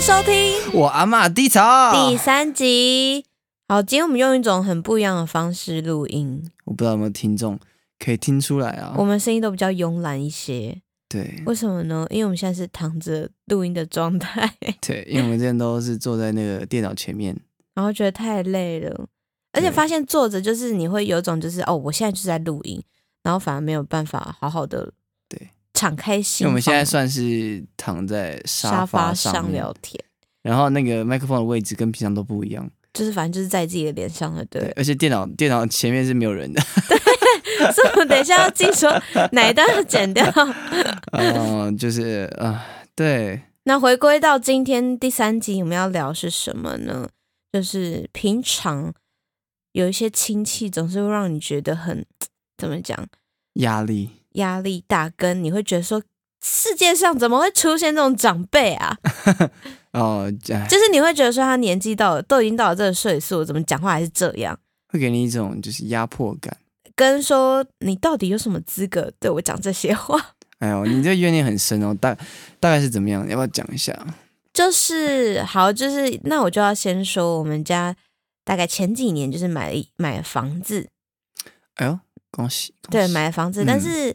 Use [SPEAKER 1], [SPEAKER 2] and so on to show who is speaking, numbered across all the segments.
[SPEAKER 1] 收听
[SPEAKER 2] 我阿嬷低潮，
[SPEAKER 1] 第三集。好，今天我们用一种很不一样的方式录音，
[SPEAKER 2] 我不知道有没有听众可以听出来啊
[SPEAKER 1] 我？们声音都比较慵懒一些。
[SPEAKER 2] 对
[SPEAKER 1] 为什么呢？因为我们现在是躺着录音的状态，
[SPEAKER 2] 对，因为我们之前都是坐在那个电脑前面，
[SPEAKER 1] 然后觉得太累了，而且
[SPEAKER 2] 对
[SPEAKER 1] 发现坐着就是你会有一种就是哦，我现在就是在录音，然后反而没有办法好好的
[SPEAKER 2] 对
[SPEAKER 1] 敞开
[SPEAKER 2] 因
[SPEAKER 1] 心
[SPEAKER 2] 为
[SPEAKER 1] 房，
[SPEAKER 2] 我们现在算是躺在
[SPEAKER 1] 沙
[SPEAKER 2] 沙
[SPEAKER 1] 发
[SPEAKER 2] 上
[SPEAKER 1] 上
[SPEAKER 2] 面
[SPEAKER 1] 聊天，
[SPEAKER 2] 然后那个麦克风的位置跟平常都不一样，
[SPEAKER 1] 就是反正就是在自己的脸上了，对
[SPEAKER 2] 对，
[SPEAKER 1] 了。
[SPEAKER 2] 而且电脑电脑前面是没有人的，
[SPEAKER 1] 所以我们等一下要记说哪一段要剪掉。
[SPEAKER 2] 嗯、就是啊、对，
[SPEAKER 1] 那回归到今天第三集，我们要聊是什么呢？就是平常有一些亲戚总是会让你觉得很怎么讲
[SPEAKER 2] 压力，
[SPEAKER 1] 压力大，跟你会觉得说世界上怎么会出现这种长辈啊？
[SPEAKER 2] 哦、哎
[SPEAKER 1] 就是你会觉得说他年纪到了，都已经到了这个岁数，怎么讲话还是这样？
[SPEAKER 2] 会给你一种就是压迫感。
[SPEAKER 1] 跟说你到底有什么资格对我讲这些话？
[SPEAKER 2] 哎呦，你这个怨念很深哦，大大概是怎么样？要不要讲一下？
[SPEAKER 1] 就是好，就是那我就要先说，我们家大概前几年就是买了一买了房子，
[SPEAKER 2] 哎呦，恭喜！恭
[SPEAKER 1] 对，
[SPEAKER 2] 喜
[SPEAKER 1] 买了房子，
[SPEAKER 2] 嗯
[SPEAKER 1] 但是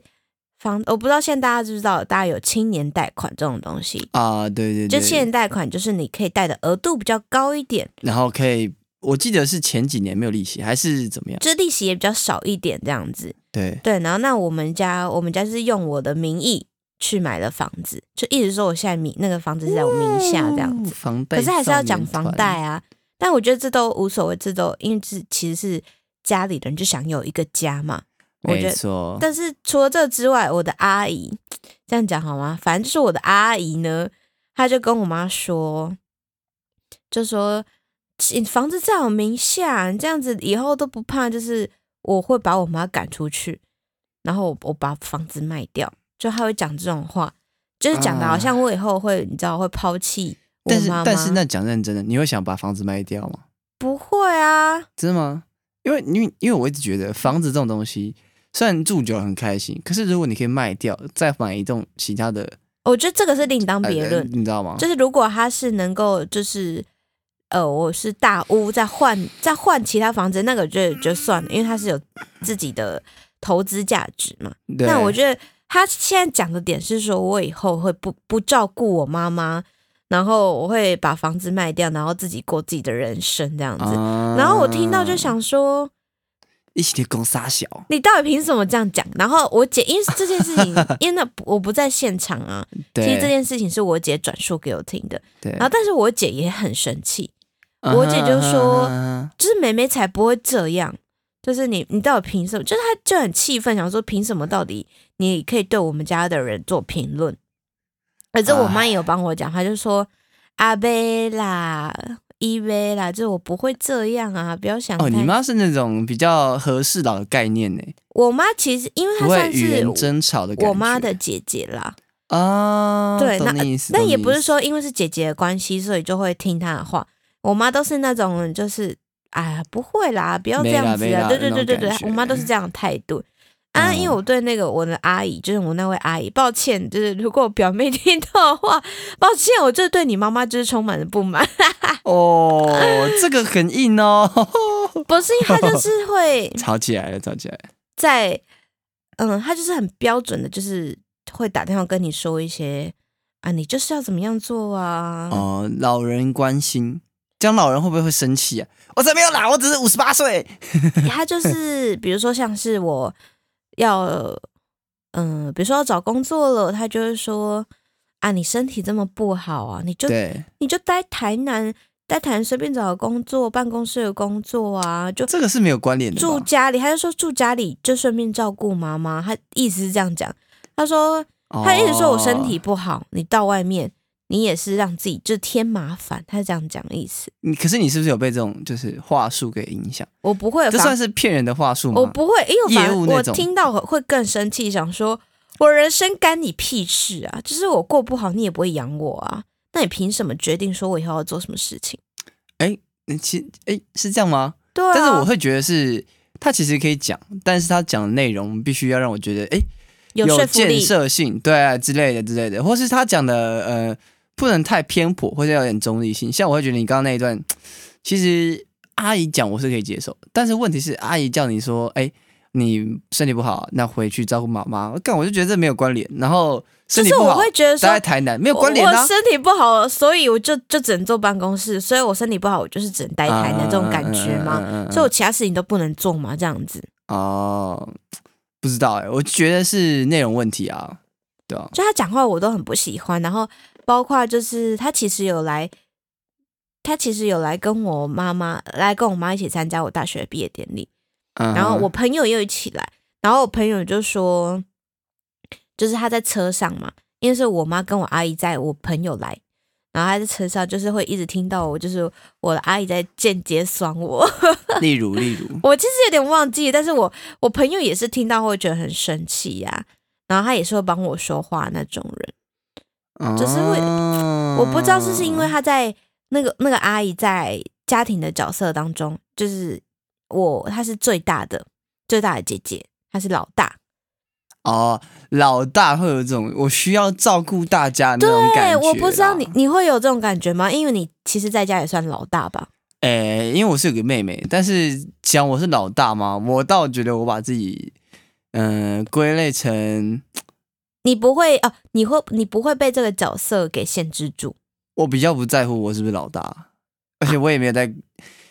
[SPEAKER 1] 房我不知道现在大家知不知道，大家有青年贷款这种东西。
[SPEAKER 2] 啊、对对
[SPEAKER 1] 就
[SPEAKER 2] 对，
[SPEAKER 1] 青年贷款，就是你可以贷的额度比较高一点，
[SPEAKER 2] 然后可以，我记得是前几年没有利息，还是怎么样？
[SPEAKER 1] 就是利息也比较少一点这样子。
[SPEAKER 2] 对，
[SPEAKER 1] 对，然后那我们家我们家就是用我的名义去买了房子，就一直说我现在名那个房子是在我名下这样子。
[SPEAKER 2] 房贷，
[SPEAKER 1] 可是还是要讲房贷。啊。但我觉得这都无所谓，这都因为这其实是家里人就想有一个家嘛。我觉
[SPEAKER 2] 没
[SPEAKER 1] 得，
[SPEAKER 2] 错，
[SPEAKER 1] 但是除了这之外，我的阿姨这样讲好吗？反正就是我的阿姨呢，她就跟我妈说，就说你房子在我名下，你这样子以后都不怕，就是我会把我妈赶出去，然后我我把房子卖掉，就她会讲这种话，就是讲的好像我以后会，你知道会抛弃我
[SPEAKER 2] 啊但是
[SPEAKER 1] 妈妈。
[SPEAKER 2] 但是那讲认真的，你会想把房子卖掉吗？
[SPEAKER 1] 不会啊，
[SPEAKER 2] 真的吗？因为因为因为我一直觉得房子这种东西，虽然住久了很开心，可是如果你可以卖掉，再买一栋其他的，
[SPEAKER 1] 我觉得这个是另当
[SPEAKER 2] 呃
[SPEAKER 1] 别论。
[SPEAKER 2] 你知道吗？
[SPEAKER 1] 就是如果他是能够，就是呃，我是大屋再换再换其他房子，那个我觉得就算了，因为他是有自己的投资价值嘛。
[SPEAKER 2] 对
[SPEAKER 1] 那我觉得他现在讲的点是说，我以后会不不照顾我妈妈，然后我会把房子卖掉，然后自己过自己的人生这样子。
[SPEAKER 2] 啊
[SPEAKER 1] 然后我听到就，想说，
[SPEAKER 2] 一起攻杀小，
[SPEAKER 1] 你到底凭什么这样讲？然后我姐，因为这件事情，因为那我不在现场啊，
[SPEAKER 2] 对
[SPEAKER 1] 其实这件事情是我姐转述给我听的。
[SPEAKER 2] 对，
[SPEAKER 1] 然后，但是我姐也很生气，我姐就说
[SPEAKER 2] 啊
[SPEAKER 1] 就是妹妹才不会这样，就是你，你到底凭什么？就是她就很气愤，想说凭什么？到底你可以对我们家的人做评论？可是我妈也有帮我讲，她就说阿贝啦。伊贝啦，就是我不会这样啊！不要想太
[SPEAKER 2] 哦，你妈是那种比较和事佬的概念呢，
[SPEAKER 1] 我妈其实因为她
[SPEAKER 2] 不会
[SPEAKER 1] 算
[SPEAKER 2] 与
[SPEAKER 1] 是
[SPEAKER 2] 人争吵的感觉。
[SPEAKER 1] 我妈的姐姐啦，
[SPEAKER 2] 啊，
[SPEAKER 1] 对
[SPEAKER 2] 懂
[SPEAKER 1] 那
[SPEAKER 2] 你意思，
[SPEAKER 1] 但
[SPEAKER 2] 懂
[SPEAKER 1] 也
[SPEAKER 2] 你
[SPEAKER 1] 不是
[SPEAKER 2] 意思
[SPEAKER 1] 说因为是姐姐的关系，所以就会听她的话。我妈都是那种，就是哎呀，不会啦，不要这
[SPEAKER 2] 没
[SPEAKER 1] 样
[SPEAKER 2] 啦
[SPEAKER 1] 子
[SPEAKER 2] 没
[SPEAKER 1] 啊，
[SPEAKER 2] 啦
[SPEAKER 1] 对对对对
[SPEAKER 2] 那
[SPEAKER 1] 对
[SPEAKER 2] 种感，觉
[SPEAKER 1] 我妈都是这样的态度。啊，
[SPEAKER 2] 嗯
[SPEAKER 1] 因为我对那个我的阿姨，就是我那位阿姨，抱歉，就是如果我表妹 听到的话，抱歉，我就是对你妈妈就是充满了不满，
[SPEAKER 2] 哦，这个很硬哦，
[SPEAKER 1] 不是因为她 就是会
[SPEAKER 2] 吵起来了，吵起来了，
[SPEAKER 1] 在，嗯，她就是很标准的，就是会打电话跟你说一些啊，你就是要怎么样做啊，
[SPEAKER 2] 哦，老人关心，这样老人会不会会生气啊？我才没有啦，我只是五十八岁，
[SPEAKER 1] 他就是比如说像是我要，嗯、比如说要找工作了，他就会说啊，你身体这么不好啊，你就
[SPEAKER 2] 对，
[SPEAKER 1] 你就待台南，待台南随便找个工作，办公室的工作啊，就
[SPEAKER 2] 这个是没有关联的
[SPEAKER 1] 住
[SPEAKER 2] 吧，
[SPEAKER 1] 家里，他就说住家里就顺便照顾妈妈，他意思是这样讲，他说
[SPEAKER 2] 哦
[SPEAKER 1] 他一直说我身体，不好，你到外面。你也是让自己就添麻烦，他是这样讲的意思。
[SPEAKER 2] 你可是你是不是有被这种就是话术给影响？
[SPEAKER 1] 我不会，
[SPEAKER 2] 这
[SPEAKER 1] 反
[SPEAKER 2] 算是骗人的话术
[SPEAKER 1] 我
[SPEAKER 2] 吗？
[SPEAKER 1] 不会，因为我反
[SPEAKER 2] 业
[SPEAKER 1] 而
[SPEAKER 2] 务那
[SPEAKER 1] 我
[SPEAKER 2] 种
[SPEAKER 1] 听到会更生气，想说我人生干你屁事啊！就是我过不好，你也不会养我啊！那你凭什么决定说我以后要做什么事情？
[SPEAKER 2] 嗯其哎是这样吗？
[SPEAKER 1] 对啊，
[SPEAKER 2] 但是我会觉得是他其实可以讲，但是他讲的内容必须要让我觉得哎。
[SPEAKER 1] 有说服
[SPEAKER 2] 建
[SPEAKER 1] 力，
[SPEAKER 2] 设性，对啊之类的之类的，或是他讲的呃不能太偏颇，或者要有点中立性。像我会觉得你刚刚那一段，其实阿姨讲我是可以接受，但是问题是阿姨叫你说，哎、你身体不好，那回去照顾妈妈。干，我就觉得这没有关联。然后身
[SPEAKER 1] 就
[SPEAKER 2] 体
[SPEAKER 1] 是
[SPEAKER 2] 不
[SPEAKER 1] 我
[SPEAKER 2] 好，
[SPEAKER 1] 会觉得说
[SPEAKER 2] 待在，台南没有关联
[SPEAKER 1] 我
[SPEAKER 2] 啊
[SPEAKER 1] 我。身体不好，所以我就就只能坐办公室，所以我身体不好，我就是只能待台南、这种感觉吗？
[SPEAKER 2] 啊嗯嗯嗯嗯嗯
[SPEAKER 1] 所以我其他事情都不能做吗？这样子，
[SPEAKER 2] 哦，不知道哎、我觉得是内容问题啊，对啊，
[SPEAKER 1] 就他讲话我都很不喜欢，然后包括就是他其实有来，他其实有来跟我妈妈来跟我妈一起参加我大学毕业典礼，
[SPEAKER 2] 嗯
[SPEAKER 1] 然后我
[SPEAKER 2] 哼
[SPEAKER 1] 朋友也有一起来，然后我朋友就说，就是他在车上嘛，因为是我妈跟我阿姨在，我朋友来，然后他在车上就是会一直听到我，就是我的阿姨在间接酸我，
[SPEAKER 2] 例如例如，
[SPEAKER 1] 我其实有点忘记，但是我我朋友也是听到会觉得很生气呀、然后他也是会帮我说话那种人，就是会
[SPEAKER 2] 哦
[SPEAKER 1] 我不知道是不是因为他在那个那个阿姨在家庭的角色当中，就是我她是最大的最大的姐姐，她是老大，
[SPEAKER 2] 哦，老大会有这种我需要照顾大家的那种感
[SPEAKER 1] 对，
[SPEAKER 2] 觉啦。
[SPEAKER 1] 我不知道你你会有这种感觉吗？因为你其实在家也算老大吧。
[SPEAKER 2] 哎、因为我是有个妹妹，但是讲我是老大嘛，我倒觉得我把自己嗯、呃归类成
[SPEAKER 1] 你不会哦、你会你不会被这个角色给限制住，
[SPEAKER 2] 我比较不在乎我是不是老大，而且我也没有在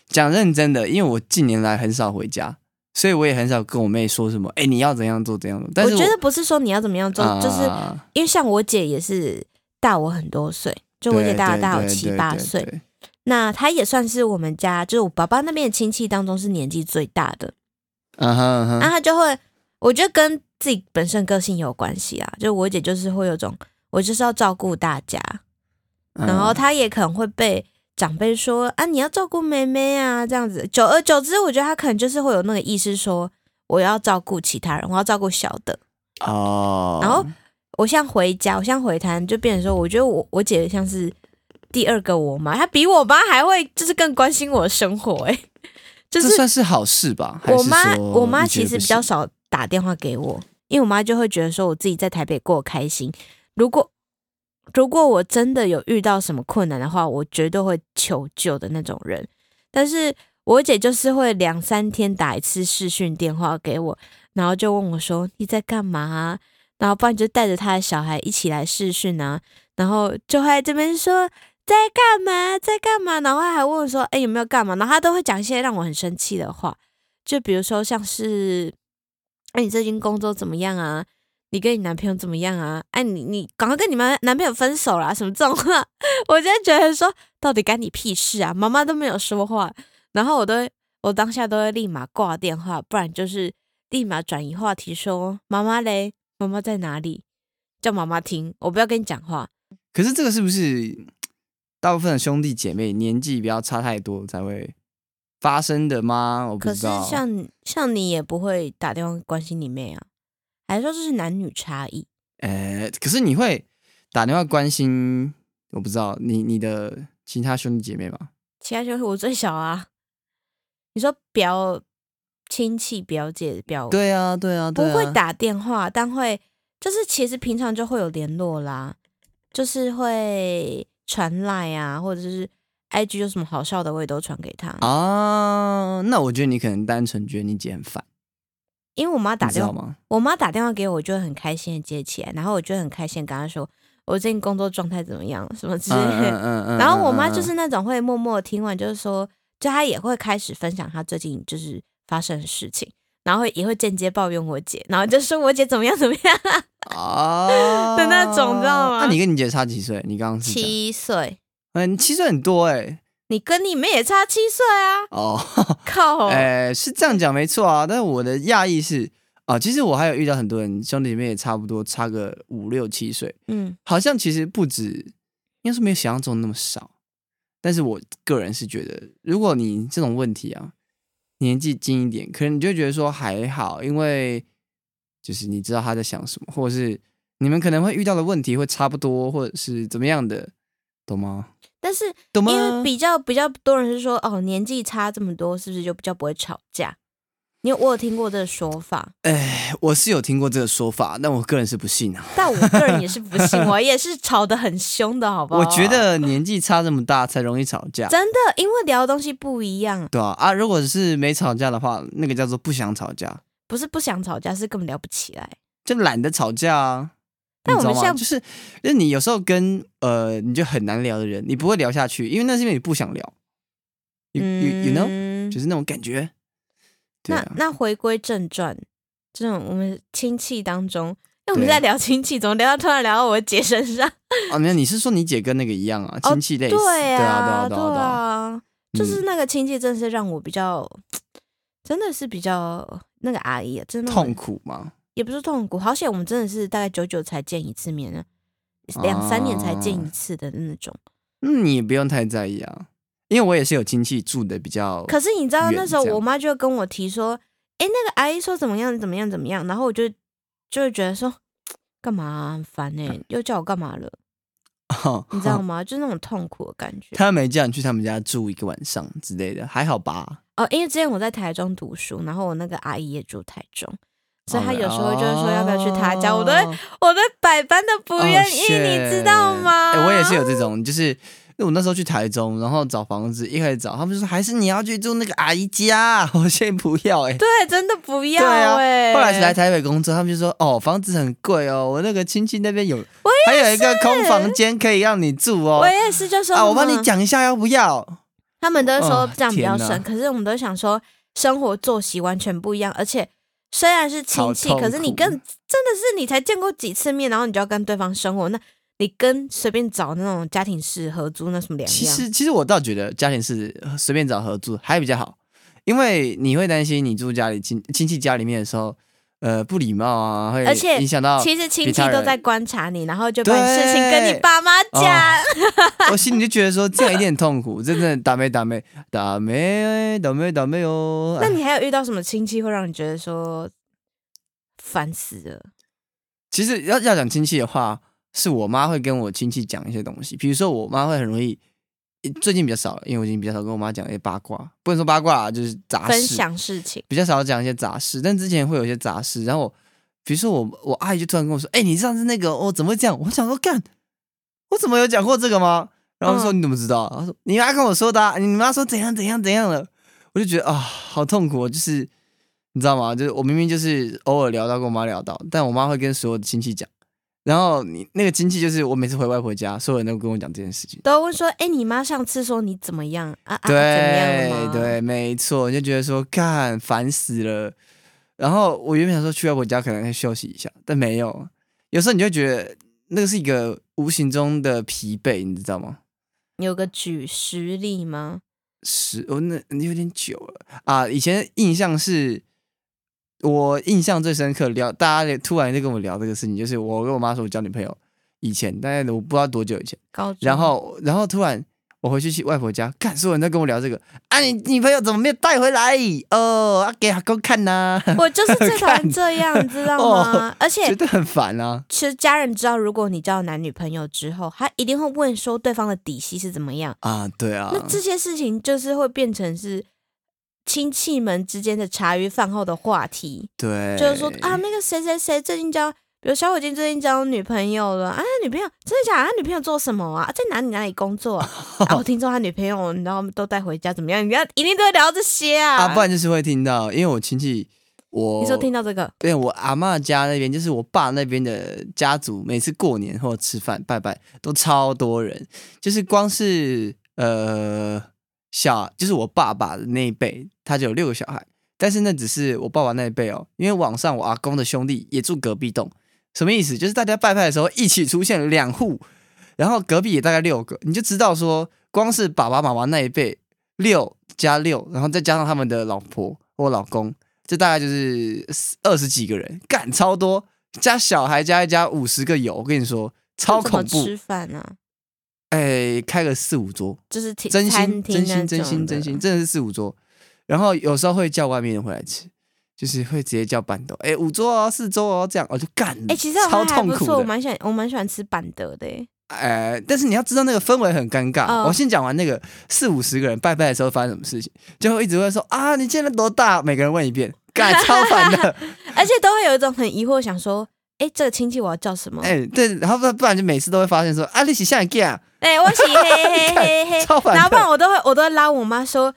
[SPEAKER 2] 讲认真的，因为我近年来很少回家，所以我也很少跟我妹说什么，哎、你要怎样做怎样做。但
[SPEAKER 1] 我
[SPEAKER 2] 是
[SPEAKER 1] 觉得不是说你要怎么样做，就是
[SPEAKER 2] 啊
[SPEAKER 1] 因为像我姐也是大我很多岁，就我姐
[SPEAKER 2] 对
[SPEAKER 1] 大我
[SPEAKER 2] 对
[SPEAKER 1] 大我
[SPEAKER 2] 对
[SPEAKER 1] 七
[SPEAKER 2] 对
[SPEAKER 1] 八
[SPEAKER 2] 对
[SPEAKER 1] 岁，
[SPEAKER 2] 对
[SPEAKER 1] 那她也算是我们家就是我爸爸那边的亲戚当中是年纪最大的，
[SPEAKER 2] 嗯哼嗯哼
[SPEAKER 1] 那他就会，我觉得跟自己本身个性有关系啊。就我姐就是会有种，我就是要照顾大家，
[SPEAKER 2] 嗯
[SPEAKER 1] 然后她也可能会被长辈说啊，你要照顾妹妹啊，这样子。久而久之，我觉得她可能就是会有那个意识说，我要照顾其他人，我要照顾小的。
[SPEAKER 2] 哦，
[SPEAKER 1] 然后我像回家，我像回台，就变成说，我觉得我我姐像是第二个我妈，她比我妈还会就是更关心我的生活、欸， 就是
[SPEAKER 2] 这算是好事吧？还
[SPEAKER 1] 我
[SPEAKER 2] 是
[SPEAKER 1] 妈，
[SPEAKER 2] 说
[SPEAKER 1] 我妈
[SPEAKER 2] 你觉
[SPEAKER 1] 其
[SPEAKER 2] 得
[SPEAKER 1] 实
[SPEAKER 2] 不
[SPEAKER 1] 比较
[SPEAKER 2] 行
[SPEAKER 1] 少打电话给我，因为我妈就会觉得说我自己在台北过得开心。如果如果我真的有遇到什么困难的话，我绝对会求救的那种人。但是我姐就是会两三天打一次视讯电话给我，然后就问我说你在干嘛啊、然后不然就带着她的小孩一起来视讯啊，然后就会在这边说在干嘛，在干嘛，然后她还问我说哎有没有干嘛，然后她都会讲一些让我很生气的话，就比如说像是，哎、你最近工作怎么样啊？你跟你男朋友怎么样啊？哎、你你赶快跟你们男朋友分手啦，什么这种话，我真的觉得说，到底干你屁事啊？妈妈都没有说话，然后我都会，我当下都会立马挂电话，不然就是立马转移话题说，妈妈嘞，妈妈在哪里？叫妈妈听，我不要跟你讲话。
[SPEAKER 2] 可是这个是不是大部分的兄弟姐妹年纪不要差太多才会发生的吗？我不
[SPEAKER 1] 可
[SPEAKER 2] 知
[SPEAKER 1] 是
[SPEAKER 2] 道。
[SPEAKER 1] 像像你也不会打电话关心你妹啊，还是说这是男女差异？
[SPEAKER 2] 呃，可是你会打电话关心，我不知道你你的其他兄弟姐妹吗？
[SPEAKER 1] 其他就是我最小啊。你说表亲戚、表姐、表
[SPEAKER 2] 对啊，对啊，
[SPEAKER 1] 哦不
[SPEAKER 2] 对啊。
[SPEAKER 1] 会打电话，但会就是其实平常就会有联络啦，就是会传赖啊，或者是 IG 有什么好笑的，我也都传给他。
[SPEAKER 2] 哦啊。那我觉得你可能单纯觉得你姐很烦，
[SPEAKER 1] 因为我妈打
[SPEAKER 2] 你知
[SPEAKER 1] 电
[SPEAKER 2] 道
[SPEAKER 1] 话，
[SPEAKER 2] 吗？
[SPEAKER 1] 我妈打电话给我，我就会很开心的接起来，然后我就会很开心地跟她说我最近工作状态怎么样，什么之类的。
[SPEAKER 2] 嗯嗯
[SPEAKER 1] 然后我妈就。
[SPEAKER 2] 嗯
[SPEAKER 1] 是那种会默默听完，就是说，就她也会开始分享她最近就是发生的事情，然后也会间接抱怨我姐，然后就说我姐怎么样怎么 样。
[SPEAKER 2] 啊
[SPEAKER 1] 的那种你知道吗
[SPEAKER 2] 那你跟你姐差几岁？你刚刚是讲，
[SPEAKER 1] 七岁，
[SPEAKER 2] 嗯，七岁很多哎。
[SPEAKER 1] 你跟你妹也差七岁啊！
[SPEAKER 2] 哦，
[SPEAKER 1] 靠，
[SPEAKER 2] 哎，是这样讲没错啊，但是我的讶异是啊，其实我还有遇到很多人兄弟姐妹也差不多差个五六七岁，
[SPEAKER 1] 嗯，
[SPEAKER 2] 好像其实不止，应该是没有想象中的那么少。但是我个人是觉得，如果你这种问题啊，年纪轻一点，可能你就会觉得说还好，因为就是你知道他在想什么，或者是你们可能会遇到的问题会差不多，或者是怎么样的，懂吗？
[SPEAKER 1] 但是
[SPEAKER 2] 懂吗？
[SPEAKER 1] 因为比较比较多人是说，哦，年纪差这么多，是不是就比较不会吵架？你有我有听过这个说法，
[SPEAKER 2] 哎，我是有听过这个说法，但我个人是不信啊。
[SPEAKER 1] 但我个人也是不 信，我也是吵得很凶的，好不好？
[SPEAKER 2] 我觉得年纪差这么大才容易吵架，
[SPEAKER 1] 真的，因为聊的东西不一样，
[SPEAKER 2] 对啊啊，如果是没吵架的话，那个叫做不想吵架，
[SPEAKER 1] 不是不想吵架，是根本聊不起来。
[SPEAKER 2] 就懒得吵架啊。
[SPEAKER 1] 但
[SPEAKER 2] 你
[SPEAKER 1] 我们
[SPEAKER 2] 知道吗
[SPEAKER 1] 像
[SPEAKER 2] 就是，就是你有时候跟呃，你就很难聊的人，你不会聊下去，因为那是因为你不想聊。You you you know，、
[SPEAKER 1] 嗯
[SPEAKER 2] 就是那种感觉。对
[SPEAKER 1] 那
[SPEAKER 2] 啊，
[SPEAKER 1] 那回归正传，这种我们亲戚当中，因为我们
[SPEAKER 2] 对
[SPEAKER 1] 在聊亲戚，怎么聊到突然聊到我姐身 上？
[SPEAKER 2] 哦，没有，你是说你姐跟那个一样啊，
[SPEAKER 1] 哦
[SPEAKER 2] 亲戚类似，
[SPEAKER 1] 对
[SPEAKER 2] 啊，
[SPEAKER 1] 啊，
[SPEAKER 2] 对
[SPEAKER 1] 对
[SPEAKER 2] 啊，对啊，
[SPEAKER 1] 啊，就是
[SPEAKER 2] 嗯
[SPEAKER 1] 那个亲戚，真的是让我比较，真的是比较那个阿姨啊，真的
[SPEAKER 2] 痛，苦嘛，
[SPEAKER 1] 也不是痛苦，好险我们真的是大概久久才见一次面啊，两三年才见一
[SPEAKER 2] 啊
[SPEAKER 1] 次的那种。
[SPEAKER 2] 嗯，你也不用太在意啊，因为我也是有亲戚住的比较，
[SPEAKER 1] 可是你知道
[SPEAKER 2] 远
[SPEAKER 1] 那时候
[SPEAKER 2] 这样
[SPEAKER 1] 我妈就跟我提说，诶，那个阿姨说怎么样怎么样怎么样，然后我就就会觉得说。干嘛啊、很烦哎、又叫我干嘛了？你知 道吗？就是那种痛苦的感觉。
[SPEAKER 2] 哦他没叫你去他们家住一个晚上之类的，还好吧？
[SPEAKER 1] 哦，因为之前我在台中读书，然后我那个阿姨也住台中，所以她有时候就会说要不要去她家，我都会
[SPEAKER 2] 哦
[SPEAKER 1] 我都会百般的不愿意
[SPEAKER 2] Oh, shit
[SPEAKER 1] 你知道吗？
[SPEAKER 2] 哎我也是有这种，就是因为我那时候去台中，然后找房子，一开始找他们就说还是你要去住那个阿姨家， 我先不要哎、
[SPEAKER 1] 对，真的不要
[SPEAKER 2] 对啊
[SPEAKER 1] 哎、
[SPEAKER 2] 后来是来台北工作，他们就说哦，房子很贵哦，我那个亲戚那边有，还有一个空房间可以让你住哦
[SPEAKER 1] 我。也是就说
[SPEAKER 2] 啊，我帮
[SPEAKER 1] 嗯
[SPEAKER 2] 你讲一下要不要？
[SPEAKER 1] 他们都说
[SPEAKER 2] 哦
[SPEAKER 1] 这样比较
[SPEAKER 2] 天哪
[SPEAKER 1] 省，可是我们都想说生活作息完全不一样，而且虽然是亲戚，
[SPEAKER 2] 好痛
[SPEAKER 1] 可是你
[SPEAKER 2] 苦
[SPEAKER 1] 跟真的是你才见过几次面，然后你就要跟对方生活，那你跟随便找那种家庭式合租那什么两
[SPEAKER 2] 其
[SPEAKER 1] 样？
[SPEAKER 2] 实其实我倒觉得家庭是呃随便找合住还比较好，因为你会担心你住家里亲亲戚家里面的时候，呃，不礼貌啊，会
[SPEAKER 1] 而且
[SPEAKER 2] 影响到。
[SPEAKER 1] 其实亲
[SPEAKER 2] 比
[SPEAKER 1] 戚
[SPEAKER 2] 他人
[SPEAKER 1] 都在观察你，然后就把你事情跟你爸妈
[SPEAKER 2] 对啊
[SPEAKER 1] 讲。
[SPEAKER 2] 我心里就觉得说这样一定很痛苦，真的打妹打妹打妹打妹打妹 哦。
[SPEAKER 1] 那
[SPEAKER 2] 哎
[SPEAKER 1] 你还有遇到什么亲戚会让你觉得说烦死了？
[SPEAKER 2] 其实要要讲亲戚的话，是我妈会跟我亲戚讲一些东西，比如说我妈会很容易，最近比较少了，因为我已经比较少跟我妈讲一些八卦，不能说八卦啊，就是杂
[SPEAKER 1] 分
[SPEAKER 2] 事，
[SPEAKER 1] 享事情，
[SPEAKER 2] 比较少讲一些杂事，但之前会有一些杂事，然后比如说我我阿姨就突然跟我说：“哎、你上次那个哦，怎么会这样？”我想说干，我怎么有讲过这个吗？然后她说、
[SPEAKER 1] 嗯
[SPEAKER 2] 你怎么知道？她说你妈跟我说的、啊，你妈说怎样怎样怎样了，我就觉得啊、好痛苦、哦，就是你知道吗？就是我明明就是偶尔聊到跟我妈聊到，但我妈会跟所有的亲戚讲，然后你那个亲戚就是我每次回外婆家，所有人都跟我讲这件事情。
[SPEAKER 1] 都会说：“哎、你妈上次说你怎么样啊？啊，啊怎么样了
[SPEAKER 2] 对
[SPEAKER 1] 吗？”
[SPEAKER 2] 对，没错，你就觉得说干烦死了。然后我原本想说去外婆家可能可以休息一下，但没有。有时候你就会觉得那个是一个无形中的疲惫，你知道吗？
[SPEAKER 1] 你有个举实例吗？
[SPEAKER 2] 十哦，那那有点久了啊。以前印象是，我印象最深刻聊，大家突然就跟我聊这个事情，就是我跟我妈说我交女朋友，以前大概我不知道多久以前。
[SPEAKER 1] 高中，
[SPEAKER 2] 然后，然后突然我回去去外婆家，看所有人都跟我聊这个，啊，你女朋友怎么没有带回来？哦，啊，给阿公看呐、
[SPEAKER 1] 我就是最讨厌
[SPEAKER 2] 看
[SPEAKER 1] 这样， 你知道吗
[SPEAKER 2] 哦？
[SPEAKER 1] 而且
[SPEAKER 2] 觉得很烦啊。
[SPEAKER 1] 其实家人知道，如果你交了男女朋友之后，他一定会问说对方的底细是怎么样。
[SPEAKER 2] 啊，对啊
[SPEAKER 1] 那，这些事情就是会变成是亲戚们之间的茶余饭后的话题，
[SPEAKER 2] 对，
[SPEAKER 1] 就是说啊，，那个谁谁谁最近交，比如小火金最近交女朋友了啊，他女朋友真的假的？他女朋友做什么啊？在哪里哪里工作啊？啊，我听说他女朋友，你知道都带回家怎么样？你要一定都会聊这些啊。
[SPEAKER 2] 啊，不然就是会听到，因为我亲戚，我
[SPEAKER 1] 你说听到这个，
[SPEAKER 2] 对我阿嬷家那边，就是我爸那边的家族，每次过年或者吃饭拜拜都超多人，就是光是呃小，就是我爸爸的那一辈，他就有六个小孩，但是那只是我爸爸那一辈哦，因为网上我阿公的兄弟也住隔壁栋，什么意思？就是大家拜拜的时候一起出现两户，然后隔壁也大概六个，你就知道说，光是爸爸妈妈那一辈六加六，然后再加上他们的老婆或老公。这大概就是二十几个人，干超多，加小孩加一加五十个有，我跟你说超
[SPEAKER 1] 这怎么
[SPEAKER 2] 恐怖，
[SPEAKER 1] 吃饭啊，
[SPEAKER 2] 哎，开个四五桌，
[SPEAKER 1] 就是挺
[SPEAKER 2] 真
[SPEAKER 1] 餐
[SPEAKER 2] 心
[SPEAKER 1] 厅
[SPEAKER 2] 真
[SPEAKER 1] 那
[SPEAKER 2] 心真
[SPEAKER 1] 种
[SPEAKER 2] 心
[SPEAKER 1] 的
[SPEAKER 2] 真心，真的是四五桌，然后有时候会叫外面人回来吃。就是会直接叫板豆，哎、五桌哦，四桌哦，这样我就干了。
[SPEAKER 1] 哎、其实我
[SPEAKER 2] 超
[SPEAKER 1] 还还
[SPEAKER 2] 痛
[SPEAKER 1] 不
[SPEAKER 2] 苦
[SPEAKER 1] 错，我
[SPEAKER 2] 的。
[SPEAKER 1] 蛮喜欢，我蛮喜欢吃板德的欸耶。
[SPEAKER 2] 呃，但是你要知道那个氛围很尴尬。
[SPEAKER 1] 哦
[SPEAKER 2] 我先讲完那个四五十个人拜拜的时候发生什么事情，就会一直会说啊，你现在多大？每个人问一遍，干超 烦的。
[SPEAKER 1] 而且都会有一种很疑惑，想说，哎，这个亲戚我要叫什么？
[SPEAKER 2] 哎、对，然后不不然就每次都会发现说啊，你是下一个啊，
[SPEAKER 1] 哎，我洗嘿嘿 嘿嘿
[SPEAKER 2] 超
[SPEAKER 1] 嘿，
[SPEAKER 2] 烦的
[SPEAKER 1] 哎然后不然我都会我都会拉我妈说。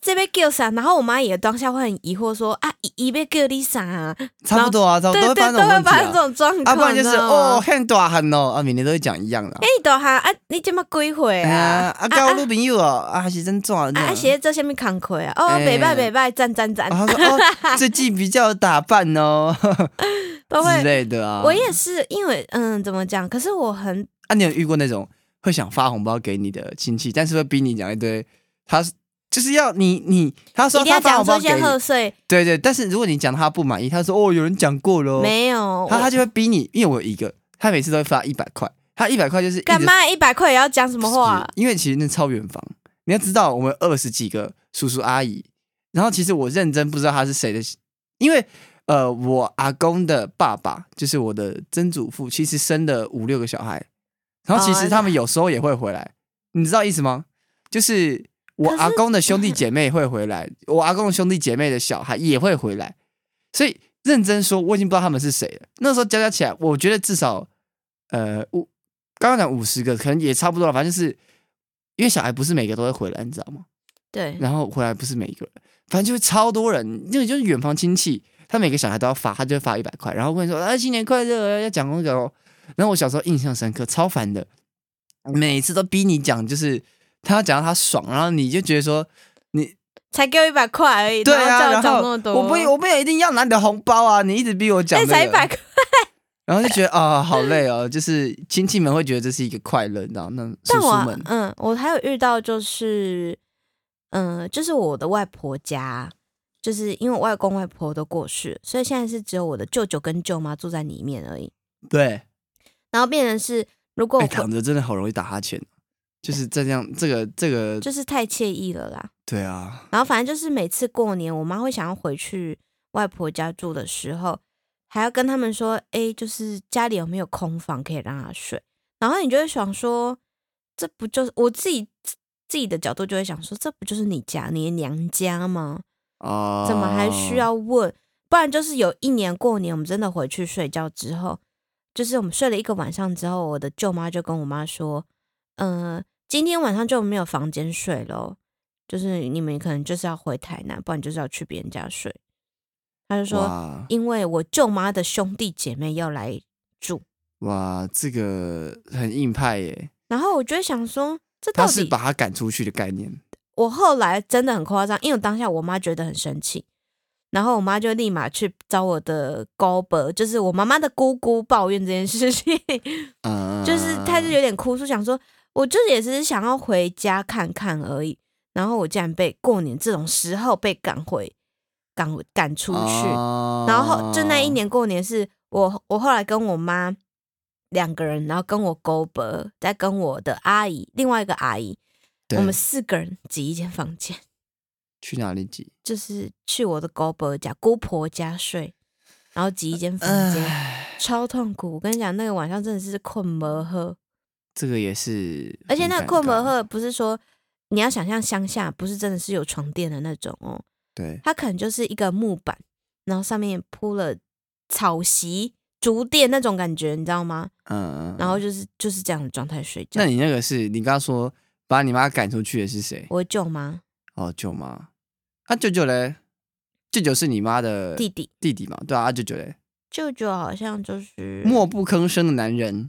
[SPEAKER 1] 这边叫啥？然后我妈也当下会很疑惑说：“啊，一一边叫你啥、啊？”
[SPEAKER 2] 差不多啊，差不
[SPEAKER 1] 对
[SPEAKER 2] 多
[SPEAKER 1] 对，
[SPEAKER 2] 会发生这
[SPEAKER 1] 都
[SPEAKER 2] 种
[SPEAKER 1] 会发生这种状况。
[SPEAKER 2] 问题啊。啊，不然就是
[SPEAKER 1] 你知道吗
[SPEAKER 2] 哦，很大汉哦，啊，每年都会讲一样的啊
[SPEAKER 1] 哎。，你都哈啊，你即马几岁
[SPEAKER 2] 哎呀
[SPEAKER 1] 啊？
[SPEAKER 2] 啊，交女朋友哦，啊，是真壮
[SPEAKER 1] 啊
[SPEAKER 2] 呢。
[SPEAKER 1] 啊，写做虾米工课啊？哦，
[SPEAKER 2] 哎
[SPEAKER 1] 袂歹袂歹，赞赞赞
[SPEAKER 2] 然，后说 哦，最近比较有打扮哦
[SPEAKER 1] 都
[SPEAKER 2] 之
[SPEAKER 1] 会。
[SPEAKER 2] 类的啊。
[SPEAKER 1] 我也是，因为嗯，怎么讲？可是我很
[SPEAKER 2] 啊，你有遇过那种会想发红包给你的亲戚，但是会逼你讲一堆，他就是要你你他
[SPEAKER 1] 一
[SPEAKER 2] 说
[SPEAKER 1] 定要
[SPEAKER 2] 他发
[SPEAKER 1] 讲
[SPEAKER 2] 红
[SPEAKER 1] 出
[SPEAKER 2] 包
[SPEAKER 1] 一
[SPEAKER 2] 给
[SPEAKER 1] 些
[SPEAKER 2] 你，
[SPEAKER 1] 贺岁，
[SPEAKER 2] 对对，但是如果你讲他不满意，他说哦有人讲过了哦，
[SPEAKER 1] 没有。
[SPEAKER 2] 他他
[SPEAKER 1] 我
[SPEAKER 2] 就会逼你，因为我有一个，他每次都会发一百块，他一百块就是一直
[SPEAKER 1] 干嘛一百块也要讲什么话？啊
[SPEAKER 2] 因为其实那超远房，你要知道我们二十几个叔叔阿姨，然后其实我认真不知道他是谁的，因为呃，我阿公的爸爸就是我的曾祖父，其实生了五六个小孩，然后其
[SPEAKER 1] 哦
[SPEAKER 2] 实他们有时候也会回来，你知道意思吗？就是我
[SPEAKER 1] 可是
[SPEAKER 2] 阿公的兄弟姐妹会回来，我阿公的兄弟姐妹的小孩也会回来，所以认真说，我已经不知道他们是谁了。那时候加加起来，我觉得至少呃五，刚刚讲五十个，可能也差不多了。反正就是因为小孩不是每个都会回来，你知道吗？
[SPEAKER 1] 对，
[SPEAKER 2] 然后回来不是每一个人，反正就是超多人，那个就是远房亲戚，他每个小孩都要发，他就会发一百块，然后问说啊新年快乐，要讲那个哦。然后我小时候印象深刻，超烦的，每次都逼你讲，就是他要讲到他爽，然后你就觉得说
[SPEAKER 1] 才给我一百块而已，
[SPEAKER 2] 对
[SPEAKER 1] 然后
[SPEAKER 2] 啊，
[SPEAKER 1] 叫我
[SPEAKER 2] 然
[SPEAKER 1] 讲
[SPEAKER 2] 后
[SPEAKER 1] 那么多，
[SPEAKER 2] 我不我没有一定要拿你的红包啊，你一直逼我讲、
[SPEAKER 1] 哎
[SPEAKER 2] 那个
[SPEAKER 1] 才一百块，
[SPEAKER 2] 然后就觉得啊、好累哦，就是亲戚们会觉得这是一个快乐，你知道那叔
[SPEAKER 1] 但
[SPEAKER 2] 叔
[SPEAKER 1] 我
[SPEAKER 2] 们
[SPEAKER 1] 嗯，我还有遇到就是，嗯，就是我的外婆家，就是因为我外公外婆都过世了，所以现在是只有我的舅舅跟舅妈住在里面而已。
[SPEAKER 2] 对，
[SPEAKER 1] 然后变成是，如果
[SPEAKER 2] 哎、
[SPEAKER 1] 我回、
[SPEAKER 2] 躺着真的好容易打哈欠，就是这样，这个这个，
[SPEAKER 1] 就是太惬意了啦。
[SPEAKER 2] 对啊，
[SPEAKER 1] 然后反正就是每次过年，我妈会想要回去外婆家住的时候，还要跟他们说，哎，就是家里有没有空房可以让她睡。然后你就会想说，这不就是我自己自己的角度就会想说，这不就是你家你的娘家吗？
[SPEAKER 2] 啊、
[SPEAKER 1] 怎么还需？要问？不然就是有一年过年，我们真的回去睡觉之后，就是我们睡了一个晚上之后，我的舅妈就跟我妈说：“嗯、今天晚上就没有房间睡咯，就是你们可能就是要回台南，不然就是要去别人家睡。”她就说
[SPEAKER 2] 哇：“
[SPEAKER 1] 因为我舅妈的兄弟姐妹要来住。
[SPEAKER 2] 哇，这个很硬派耶，”
[SPEAKER 1] 然后我就会想说，这到
[SPEAKER 2] 他是
[SPEAKER 1] 底
[SPEAKER 2] 把他赶出去的概念，
[SPEAKER 1] 我后来真的很夸张，因为我当下我妈觉得很生气，然后我妈就立马去找我的姑伯，就是我妈妈的姑姑抱怨这件事情，
[SPEAKER 2] 嗯，
[SPEAKER 1] 就是她就有点哭诉，想说我就是也只是想要回家看看而已，然后我竟然被过年这种时候被赶回赶赶出去，
[SPEAKER 2] 啊
[SPEAKER 1] 然后就那一，年过年是我我后来跟我妈两个人，然后跟我姑伯，再跟我的阿姨另外一个阿姨，
[SPEAKER 2] 对
[SPEAKER 1] 我们四个人挤一间房间。
[SPEAKER 2] 去哪里挤？
[SPEAKER 1] 就是去我的姑婆家、姑婆家睡，然后挤一间房间，
[SPEAKER 2] 唉
[SPEAKER 1] 超痛苦。我跟你讲，那个晚上真的是困没喝，
[SPEAKER 2] 这个也是很尴尬，
[SPEAKER 1] 而且那个困没喝不是说你要想象乡下，不是真的是有床垫的那种哦，
[SPEAKER 2] 对，
[SPEAKER 1] 它可能就是一个木板，然后上面铺了草席、竹垫那种感觉，你知道吗？
[SPEAKER 2] 嗯，嗯
[SPEAKER 1] 然后就是就是这样的状态睡觉
[SPEAKER 2] 那。你那个是你刚刚说把你妈赶出去的是谁？
[SPEAKER 1] 我舅妈、
[SPEAKER 2] 哦，舅妈。啊，舅舅嘞？舅舅是你妈的
[SPEAKER 1] 弟弟、
[SPEAKER 2] 弟弟嘛？对啊，啊舅舅嘞，
[SPEAKER 1] 舅舅好像就是
[SPEAKER 2] 默不吭声的男人。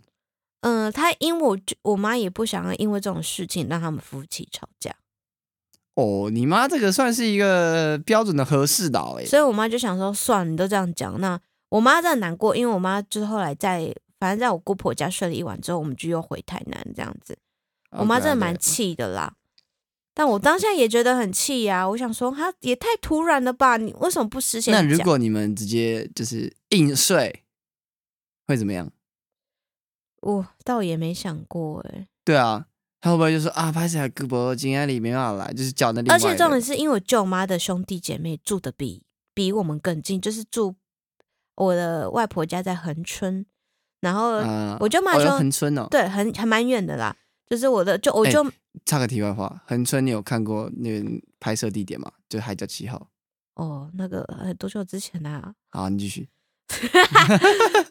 [SPEAKER 1] 嗯，他因为我就我妈也不想要因为这种事情让他们夫妻吵架，
[SPEAKER 2] 哦，你妈这个算是一个标准的和事佬哎、
[SPEAKER 1] 所以我妈就想说，算了，你都这样讲，那我妈真的难过，因为我妈就是后来在反正在我姑婆家睡了一晚之后，我们就又回台南这样子，我
[SPEAKER 2] 哦
[SPEAKER 1] 妈真的蛮
[SPEAKER 2] OK，OK
[SPEAKER 1] 气的啦。但我当下也觉得很气呀、我想说，她也太突然了吧？你为什么不事先
[SPEAKER 2] 那
[SPEAKER 1] 讲？
[SPEAKER 2] 如果你们直接就是硬睡，会怎么样？
[SPEAKER 1] 我倒也没想过哎、
[SPEAKER 2] 对啊，他会不会就说啊，拍谁胳膊今天里没办法来，就是叫那另外
[SPEAKER 1] 而
[SPEAKER 2] 一个
[SPEAKER 1] 且
[SPEAKER 2] 人
[SPEAKER 1] 重点是因为我舅妈的兄弟姐妹住的比比我们更近，就是住我的外婆家在恒春，然后
[SPEAKER 2] 啊
[SPEAKER 1] 我舅妈
[SPEAKER 2] 哦
[SPEAKER 1] 说、
[SPEAKER 2] 有恒春哦。
[SPEAKER 1] 对很还蛮远的啦，就是我的就我
[SPEAKER 2] 哎
[SPEAKER 1] 舅、
[SPEAKER 2] 插个题外话，恒春你有看过那个拍摄地点吗？就海角七号。
[SPEAKER 1] 哦，那个呃多久之前啊？
[SPEAKER 2] 好，你继续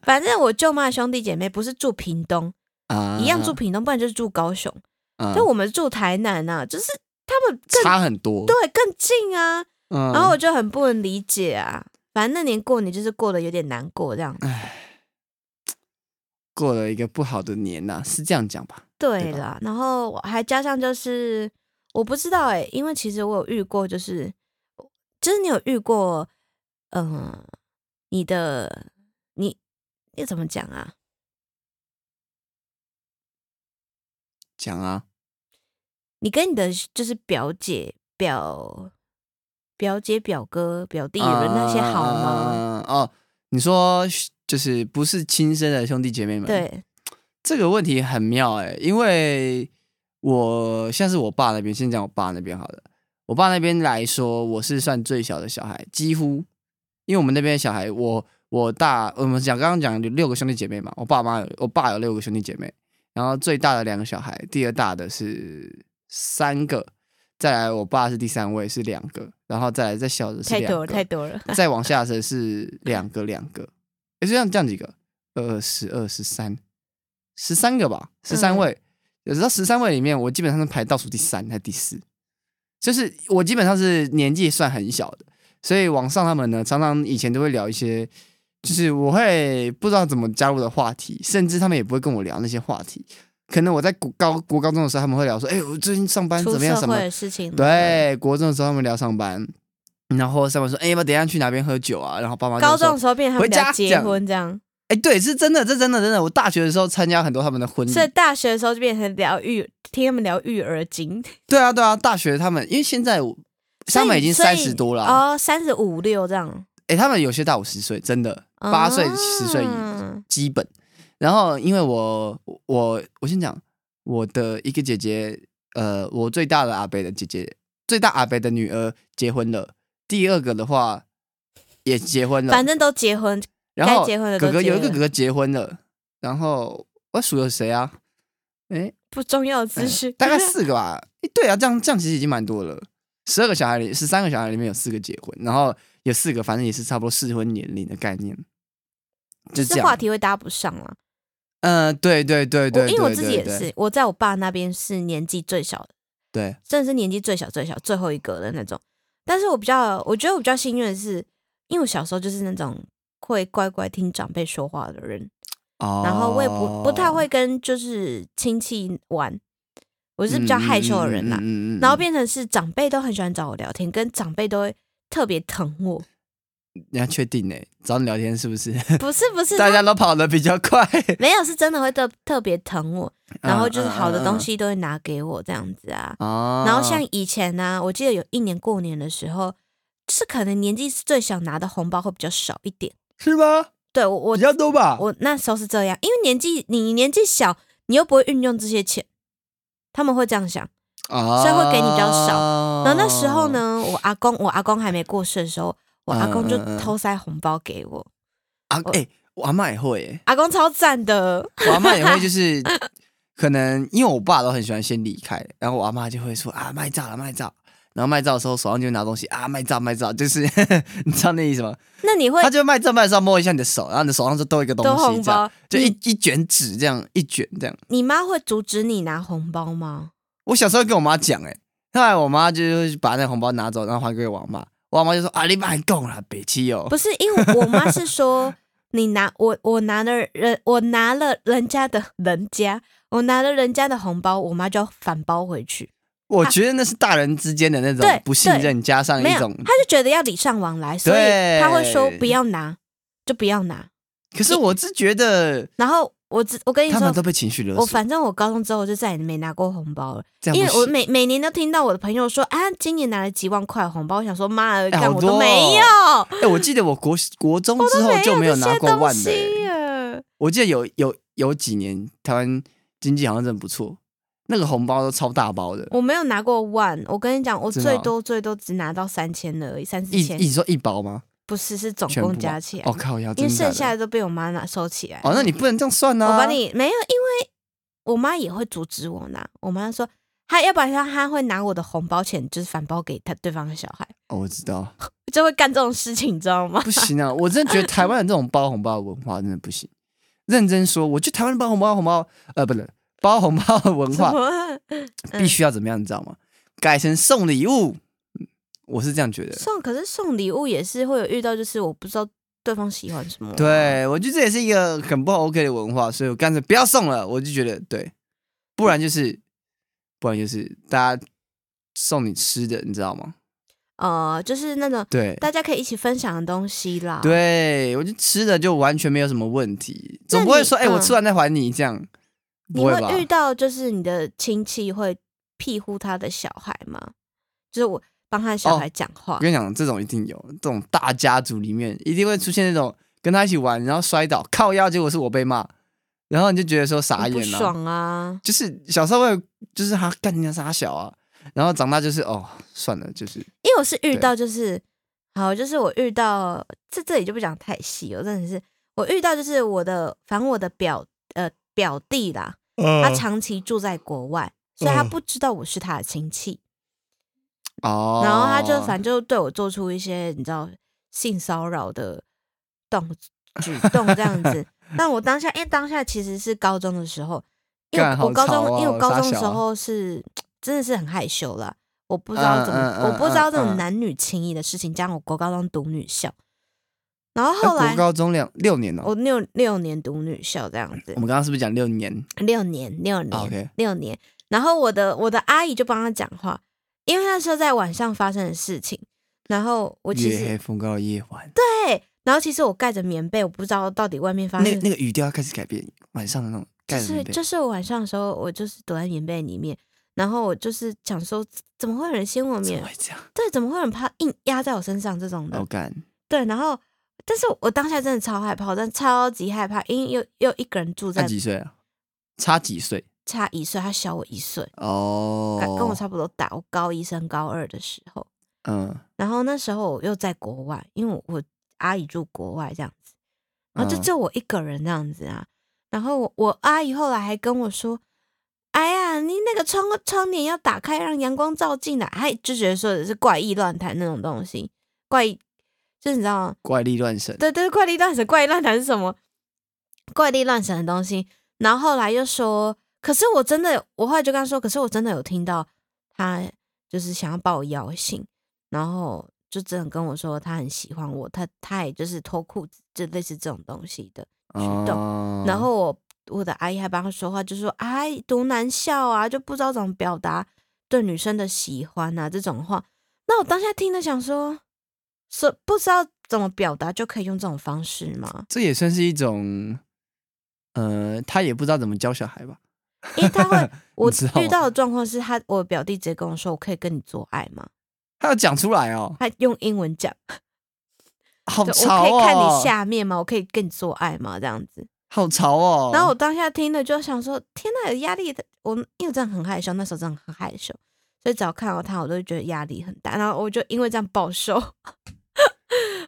[SPEAKER 1] 反正我舅妈的兄弟姐妹不是住屏东，
[SPEAKER 2] 啊，
[SPEAKER 1] 一样住屏东，不然就是住高雄。
[SPEAKER 2] 嗯，
[SPEAKER 1] 但我们住台南啊，就是他们更
[SPEAKER 2] 差很多。
[SPEAKER 1] 对更近啊，
[SPEAKER 2] 嗯，
[SPEAKER 1] 然后我就很不能理解啊。反正那年过年就是过得有点难过这样。
[SPEAKER 2] 过了一个不好的年呐、是这样讲吧？
[SPEAKER 1] 对
[SPEAKER 2] 对吧
[SPEAKER 1] 啦，然后我还加上就是我不知道哎、因为其实我有遇过，就是就是你有遇过，嗯、你的你你怎么讲啊？
[SPEAKER 2] 讲啊，
[SPEAKER 1] 你跟你的就是表姐、表表姐、表哥、表弟们那些好吗？
[SPEAKER 2] 嗯？哦，你说就是不是亲生的兄弟姐妹们？，
[SPEAKER 1] 对，
[SPEAKER 2] 这个问题很妙哎、因为我像是我爸那边，先讲我爸那边好了。我爸那边来说，我是算最小的小孩，几乎，因为我们那边的小孩，我我大我们讲刚刚讲有六个兄弟姐妹嘛，我爸妈有我爸有六个兄弟姐妹，然后最大的两个小孩，第二大的是三个，再来我爸是第三位是两个，然后再来再小的是
[SPEAKER 1] 太
[SPEAKER 2] 两个，
[SPEAKER 1] 多了，太多了。
[SPEAKER 2] 再往下的是两个两个，也、就这样这样几个，二十二十三，十三个吧，十三
[SPEAKER 1] 嗯
[SPEAKER 2] 位。有时候十三位里面，我基本上是排倒数第三还是第四，就是我基本上是年纪算很小的，所以网上他们呢，常常以前都会聊一些，就是我会不知道怎么加入的话题，甚至他们也不会跟我聊那些话题。可能我在国高国高中的时候，他们会聊说：“哎、我最近上班怎
[SPEAKER 1] 出
[SPEAKER 2] 么样？
[SPEAKER 1] 社
[SPEAKER 2] 什么
[SPEAKER 1] 会的事情，，嗯
[SPEAKER 2] 对，国中的时候他们聊上班，然后上班说：“哎、要不要等一下去哪边喝酒啊？”然后爸妈就
[SPEAKER 1] 高
[SPEAKER 2] 说
[SPEAKER 1] 中的时候变成他们
[SPEAKER 2] 回
[SPEAKER 1] 俩
[SPEAKER 2] 家
[SPEAKER 1] 结
[SPEAKER 2] 讲
[SPEAKER 1] 婚这样，
[SPEAKER 2] 哎、对，是真的，这真的真的。我大学的时候参加很多他们的婚礼
[SPEAKER 1] 所，以大学的时候就变成聊育，听他们聊育儿经，
[SPEAKER 2] 对啊对啊，大学他们因为现在我
[SPEAKER 1] 所
[SPEAKER 2] 他们已经
[SPEAKER 1] 所以
[SPEAKER 2] 三十多了啊，
[SPEAKER 1] 哦，三十五六这样，哦
[SPEAKER 2] 哎、他们有些大我十岁，真的八岁
[SPEAKER 1] 啊
[SPEAKER 2] 十岁
[SPEAKER 1] 嗯
[SPEAKER 2] 基本。然后因为我我我先讲我的一个姐姐，呃，我最大的阿北的姐姐，最大阿北的女儿结婚了，第二个的话也结婚了，
[SPEAKER 1] 反正都结婚，
[SPEAKER 2] 然后
[SPEAKER 1] 该结婚的都
[SPEAKER 2] 哥哥
[SPEAKER 1] 结
[SPEAKER 2] 有一个
[SPEAKER 1] 了
[SPEAKER 2] 哥哥结婚了，然后我数有谁啊？哎，
[SPEAKER 1] 不重要的资讯，
[SPEAKER 2] 大概四个吧。诶对啊，这样这样其实已经蛮多了。十二个小孩里，十三个小孩里面有四个结婚，然后有四个反正也是差不多适婚年龄的概念，就这
[SPEAKER 1] 是
[SPEAKER 2] 样
[SPEAKER 1] 话。题会搭不上了。
[SPEAKER 2] 嗯、对对对对
[SPEAKER 1] 我
[SPEAKER 2] 对，
[SPEAKER 1] 因为我自己
[SPEAKER 2] 对
[SPEAKER 1] 也是，，我在我爸那边是年纪最小的。
[SPEAKER 2] 对
[SPEAKER 1] 真的是年纪最小最小最后一个的那种。但是我比较，我觉得我比较幸运的是，因为我小时候就是那种会乖乖听长辈说话的人，
[SPEAKER 2] 哦。
[SPEAKER 1] 然后我也不不太会跟就是亲戚玩，我
[SPEAKER 2] 嗯，
[SPEAKER 1] 是比较害羞的
[SPEAKER 2] 嗯
[SPEAKER 1] 人啦、
[SPEAKER 2] 嗯嗯嗯嗯
[SPEAKER 1] 然后变成是长辈都很喜欢找我聊天，跟长辈都会特别疼 我。
[SPEAKER 2] 人家嗯确定呢，找你聊天是不是？
[SPEAKER 1] 不是不是，
[SPEAKER 2] 大
[SPEAKER 1] 他
[SPEAKER 2] 家都跑得比较快，
[SPEAKER 1] 没有是真的会特特别疼我，然后就是好的东
[SPEAKER 2] 嗯嗯。嗯嗯嗯
[SPEAKER 1] 西都会拿给我这样子啊。
[SPEAKER 2] 哦，
[SPEAKER 1] 然后像以前呢、我记得有一年过年的时候，是可能年纪最小拿的红包会比较少一点。
[SPEAKER 2] 是吗？
[SPEAKER 1] 对我我
[SPEAKER 2] 比较多吧？
[SPEAKER 1] 我那时候是这样，因为年纪你年纪小，你又不会运用这些钱，他们会这样想。
[SPEAKER 2] 啊
[SPEAKER 1] 所以会给你比较少
[SPEAKER 2] 哦
[SPEAKER 1] 然后那时候？呢，我阿公我阿公还没过世的时候，我阿公就
[SPEAKER 2] 嗯嗯嗯
[SPEAKER 1] 偷塞红包给我，
[SPEAKER 2] 啊，哎、我阿妈也会、欸，
[SPEAKER 1] 阿公超赞的。
[SPEAKER 2] 我阿妈也会，就是 可能因为我爸都很喜欢先离开，然后我阿妈就会说啊卖照了卖照，然后卖照的时候手上就会拿东西啊卖照卖照，就是 你知道那意思吗？
[SPEAKER 1] 那你会
[SPEAKER 2] 他就卖照卖的时候摸一下你的手，然后你的手上就多一个东
[SPEAKER 1] 得
[SPEAKER 2] 西，
[SPEAKER 1] 红
[SPEAKER 2] 这
[SPEAKER 1] 包？
[SPEAKER 2] 样
[SPEAKER 1] 嗯
[SPEAKER 2] 就一
[SPEAKER 1] 你
[SPEAKER 2] 一卷纸这样一卷这样。
[SPEAKER 1] 你妈会阻止你拿红包吗？
[SPEAKER 2] 我小时候跟我妈讲、欸，哎，后来我妈就会把那红包拿走，然后还给我阿妈。我阿妈就说啊，你别讲了，别气哦
[SPEAKER 1] 不。是，因为我妈是说，你拿我我拿了人我拿了人家的人家，我拿了人家的红包，我妈就要反包回去。
[SPEAKER 2] 我觉得那是大人之间的那种
[SPEAKER 1] 啊对
[SPEAKER 2] 不信
[SPEAKER 1] 对
[SPEAKER 2] 任，加上
[SPEAKER 1] 没
[SPEAKER 2] 一
[SPEAKER 1] 有，
[SPEAKER 2] 种
[SPEAKER 1] 她就觉得要礼尚往来，所以
[SPEAKER 2] 对
[SPEAKER 1] 她会说不要拿，就不要拿。
[SPEAKER 2] 可是我是觉得
[SPEAKER 1] 然后我只我跟你
[SPEAKER 2] 他们
[SPEAKER 1] 说
[SPEAKER 2] 都，被情绪勒
[SPEAKER 1] 我
[SPEAKER 2] 索，
[SPEAKER 1] 反正我高中之后就再也没拿过红包了，
[SPEAKER 2] 这样
[SPEAKER 1] 因为
[SPEAKER 2] 不
[SPEAKER 1] 我
[SPEAKER 2] 行
[SPEAKER 1] 每每年都听到我的朋友说啊，今年拿了几万块红包，我想说妈的，
[SPEAKER 2] 哎
[SPEAKER 1] 干
[SPEAKER 2] 好
[SPEAKER 1] 我
[SPEAKER 2] 多
[SPEAKER 1] 都
[SPEAKER 2] 哦
[SPEAKER 1] 没有，
[SPEAKER 2] 哎、我记得我国国中之后就没有
[SPEAKER 1] 这
[SPEAKER 2] 拿
[SPEAKER 1] 些
[SPEAKER 2] 过
[SPEAKER 1] 东
[SPEAKER 2] 万的、
[SPEAKER 1] 西了。
[SPEAKER 2] 我记得有有有几年台湾经济好像真的不错，那个红包都超大包的，
[SPEAKER 1] 我没有拿过万，我跟你讲，我
[SPEAKER 2] 真的哦
[SPEAKER 1] 最多最多只拿到三千了而已，三四
[SPEAKER 2] 一
[SPEAKER 1] 千，
[SPEAKER 2] 一说一包吗？
[SPEAKER 1] 不是是总
[SPEAKER 2] 全部
[SPEAKER 1] 共
[SPEAKER 2] 啊
[SPEAKER 1] 加起来，
[SPEAKER 2] 哦靠，要
[SPEAKER 1] 因
[SPEAKER 2] 真
[SPEAKER 1] 为
[SPEAKER 2] 的假
[SPEAKER 1] 剩
[SPEAKER 2] 的
[SPEAKER 1] 下的都被我妈拿收起来。
[SPEAKER 2] 哦，那你不能这样算呢、
[SPEAKER 1] 我把你没有，因为我妈也会阻止我拿，我妈说她要不然她她会拿我的红包钱，就是反包给她对方的小孩，
[SPEAKER 2] 哦，我知道，
[SPEAKER 1] 我就会干这种事情，你知道吗？
[SPEAKER 2] 不行啊！我真的觉得台湾的这种包红包的文化真的不行。认真说，我觉得台湾的包红包红包，呃，不是包红包的文
[SPEAKER 1] 什
[SPEAKER 2] 化
[SPEAKER 1] 么嗯
[SPEAKER 2] 必须要怎么样，你知道吗？改成送礼物，嗯我是这样觉得。
[SPEAKER 1] 送？可是送礼物也是会有遇到，就是我不知道对方喜欢什么。，啊
[SPEAKER 2] 对，我觉得这也是一个很不 OK 的文化，所以我干脆不要送了。我就觉得对，不然就是，不然就是大家送你吃的，你知道吗？
[SPEAKER 1] 呃，就是那种
[SPEAKER 2] 对，
[SPEAKER 1] 大家可以一起分享的东西啦。，
[SPEAKER 2] 对，我觉得吃的就完全没有什么问题，
[SPEAKER 1] 那
[SPEAKER 2] 总不会
[SPEAKER 1] 你
[SPEAKER 2] 说哎、我吃
[SPEAKER 1] 嗯
[SPEAKER 2] 完再还你这样，
[SPEAKER 1] 你
[SPEAKER 2] 不会
[SPEAKER 1] 会
[SPEAKER 2] 吧？
[SPEAKER 1] 遇到就是你的亲戚会庇护他的小孩吗？就是我帮他的小
[SPEAKER 2] 哦
[SPEAKER 1] 孩讲话
[SPEAKER 2] 我，跟你讲，这种一定有，这种大家族里面一定会出现那种跟他一起玩，然后摔倒靠腰，结果是我被骂，然后你就觉得说傻
[SPEAKER 1] 很不
[SPEAKER 2] 眼了、
[SPEAKER 1] 爽啊！
[SPEAKER 2] 就是小时候会就是他干人家傻小啊，然后长大就是哦算了，就是
[SPEAKER 1] 因为我是遇
[SPEAKER 2] 对
[SPEAKER 1] 到就是，好，就是我遇到这这里就不讲太细，我真的是我遇到就是我的，反正我的表呃表弟啦，他长期住在国外，所以他
[SPEAKER 2] 嗯
[SPEAKER 1] 不知道我是他的亲戚，
[SPEAKER 2] 哦，
[SPEAKER 1] 然后他就反正就对我做出一些你知道性骚扰的 动举动这样子。但我当下，因为当下其实是高中的时候，因为
[SPEAKER 2] 干
[SPEAKER 1] 我我
[SPEAKER 2] 好
[SPEAKER 1] 高中，
[SPEAKER 2] 吵哦
[SPEAKER 1] 因为我高
[SPEAKER 2] 傻
[SPEAKER 1] 中的
[SPEAKER 2] 小
[SPEAKER 1] 时
[SPEAKER 2] 啊
[SPEAKER 1] 候是真的是很害羞啦，我不知道怎么，
[SPEAKER 2] 嗯嗯嗯
[SPEAKER 1] 我不知道这种
[SPEAKER 2] 嗯嗯
[SPEAKER 1] 男女情谊的事情。加上我国高中读女校，然后
[SPEAKER 2] 哎
[SPEAKER 1] 后来
[SPEAKER 2] 国高中两六年哦，
[SPEAKER 1] 我六六年读女校这样子
[SPEAKER 2] 我，们刚刚是不是讲六年？哦
[SPEAKER 1] 六年六年、
[SPEAKER 2] OK
[SPEAKER 1] 六年。然后我的我的阿姨就帮他讲话，因为那时候在晚上发生的事情。然后我其
[SPEAKER 2] 月
[SPEAKER 1] 实
[SPEAKER 2] 黑风高的夜晚，
[SPEAKER 1] 对，然后其实我盖着棉被，我不知道到底外面发生
[SPEAKER 2] 那个那个语调要开始改变，晚上的那种
[SPEAKER 1] 就
[SPEAKER 2] 盖着
[SPEAKER 1] 是
[SPEAKER 2] 棉被
[SPEAKER 1] 就是我晚上的时候，我就是躲在棉被里面，然后我就是想说，怎么会有嗯人掀我
[SPEAKER 2] 怎
[SPEAKER 1] 棉
[SPEAKER 2] 么？会这哦样？
[SPEAKER 1] 对，怎么会有人怕硬压在我身上这种的？
[SPEAKER 2] 我干，
[SPEAKER 1] 对，然后但是我当下真的超害怕，我真的超级害怕，因为又又一个人住
[SPEAKER 2] 他
[SPEAKER 1] 在
[SPEAKER 2] 几岁啊？差几岁？
[SPEAKER 1] 差一岁，他小我一岁，
[SPEAKER 2] 哦，
[SPEAKER 1] 跟跟我差不多大，我高一升高二的时候，
[SPEAKER 2] 嗯，
[SPEAKER 1] 然后那时候我又在国外，因为我我阿姨住国外这样子，然后就
[SPEAKER 2] 嗯
[SPEAKER 1] 只有我一个人这样子啊。然后我我阿姨后来还跟我说：“哎呀，你那个窗窗帘要打开，让阳光照进来。”还就觉得说的是怪异乱谈那种东西，怪异就是你知道吗？
[SPEAKER 2] 怪力乱神，
[SPEAKER 1] 对对，怪力乱神，怪力乱神是什么？怪力乱神的东西。然后后来又说，可是我真的，我后来就跟他说，可是我真的有听到他就是想要把我摇醒，然后就真的跟我说他很喜欢我，他他也就是脱裤子，就类似这种东西的。动
[SPEAKER 2] 哦
[SPEAKER 1] 然后我我的阿姨还帮他说话，就说哎，读男校啊，就不知道怎么表达对女生的喜欢啊这种话。那我当下听了想说，是不知道怎么表达就可以用这种方式吗？
[SPEAKER 2] 这也算是一种，呃，他也不知道怎么教小孩吧？，
[SPEAKER 1] 因为他会我
[SPEAKER 2] 你知道
[SPEAKER 1] 遇
[SPEAKER 2] 吗
[SPEAKER 1] 到的状况是他，我表弟直接跟我说，我可以跟你做爱吗？
[SPEAKER 2] 他要讲出来哦，
[SPEAKER 1] 他用英文讲，
[SPEAKER 2] 好
[SPEAKER 1] 就我
[SPEAKER 2] 潮
[SPEAKER 1] 可
[SPEAKER 2] 哦，
[SPEAKER 1] 以看你下面吗？我可以跟你做爱吗？这样子。
[SPEAKER 2] 好潮哦。
[SPEAKER 1] 然后我当下听了就想说，天呐，有压力的！我因为我真的很害羞，那时候真的很害羞，所以只要看到他，我都会觉得压力很大。然后我就因为这样暴瘦，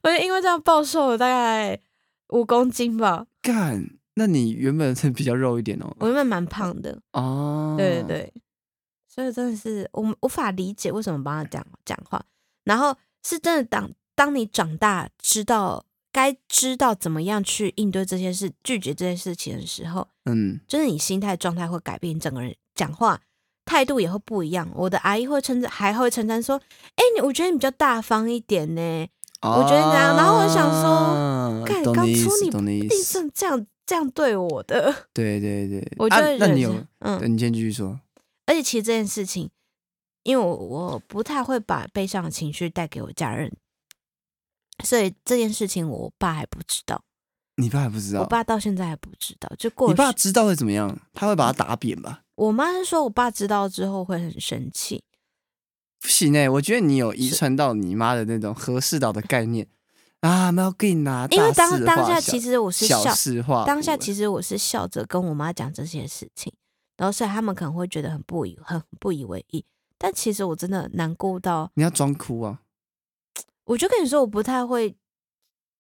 [SPEAKER 1] 我就因为这样暴瘦了大概五公斤吧。
[SPEAKER 2] 干，那你原本是比较肉一点哦，
[SPEAKER 1] 我原本蛮胖的，
[SPEAKER 2] 哦，
[SPEAKER 1] 对对，对，所以真的是我们无法理解为什么帮他讲讲话。然后是真的当当你长大知道该知道怎么样去应对这些事、拒绝这些事情的时候，
[SPEAKER 2] 嗯，
[SPEAKER 1] 就是你心态状态会改变，你整个人讲话态度也会不一样。我的阿姨会称赞，还会称赞说：“哎、你我觉得你比较大方一点呢，我觉得这样然后我就想说
[SPEAKER 2] 说
[SPEAKER 1] 干
[SPEAKER 2] 嗯呃懂
[SPEAKER 1] 当
[SPEAKER 2] 你意
[SPEAKER 1] 初
[SPEAKER 2] 思
[SPEAKER 1] 你
[SPEAKER 2] 懂你意
[SPEAKER 1] 你
[SPEAKER 2] 思，
[SPEAKER 1] 怎这样这样对我的
[SPEAKER 2] 对对对，？”
[SPEAKER 1] 我就
[SPEAKER 2] 啊
[SPEAKER 1] 会
[SPEAKER 2] 那
[SPEAKER 1] 觉
[SPEAKER 2] 你
[SPEAKER 1] 得
[SPEAKER 2] 有，
[SPEAKER 1] 是嗯
[SPEAKER 2] 对，你先继续说，
[SPEAKER 1] 而且其实这件事情，因为我我不太会把悲伤的情绪带给我家人，所以这件事情我爸还不知道，
[SPEAKER 2] 你爸还不知
[SPEAKER 1] 我
[SPEAKER 2] 道，
[SPEAKER 1] 爸到现在还不知道。就过
[SPEAKER 2] 你
[SPEAKER 1] 去
[SPEAKER 2] 爸，知道会怎么样？他会把他打扁吧？
[SPEAKER 1] 我妈是说我爸知道之后会很生气，
[SPEAKER 2] 不行哎、我觉得你有遗
[SPEAKER 1] 是
[SPEAKER 2] 传到你妈的那种合适到的概念啊，没有跟你拿，
[SPEAKER 1] 因为
[SPEAKER 2] 大
[SPEAKER 1] 当
[SPEAKER 2] 事
[SPEAKER 1] 当
[SPEAKER 2] 化
[SPEAKER 1] 下
[SPEAKER 2] 小
[SPEAKER 1] 其实我是
[SPEAKER 2] 小
[SPEAKER 1] 笑，
[SPEAKER 2] 事化
[SPEAKER 1] 当下
[SPEAKER 2] 无欸
[SPEAKER 1] 其实我是笑着跟我妈讲这些事情，然后所以他们可能会觉得很不以很不以为意，但其实我真的难过到，
[SPEAKER 2] 你要装哭啊，
[SPEAKER 1] 我就跟你说我不太会，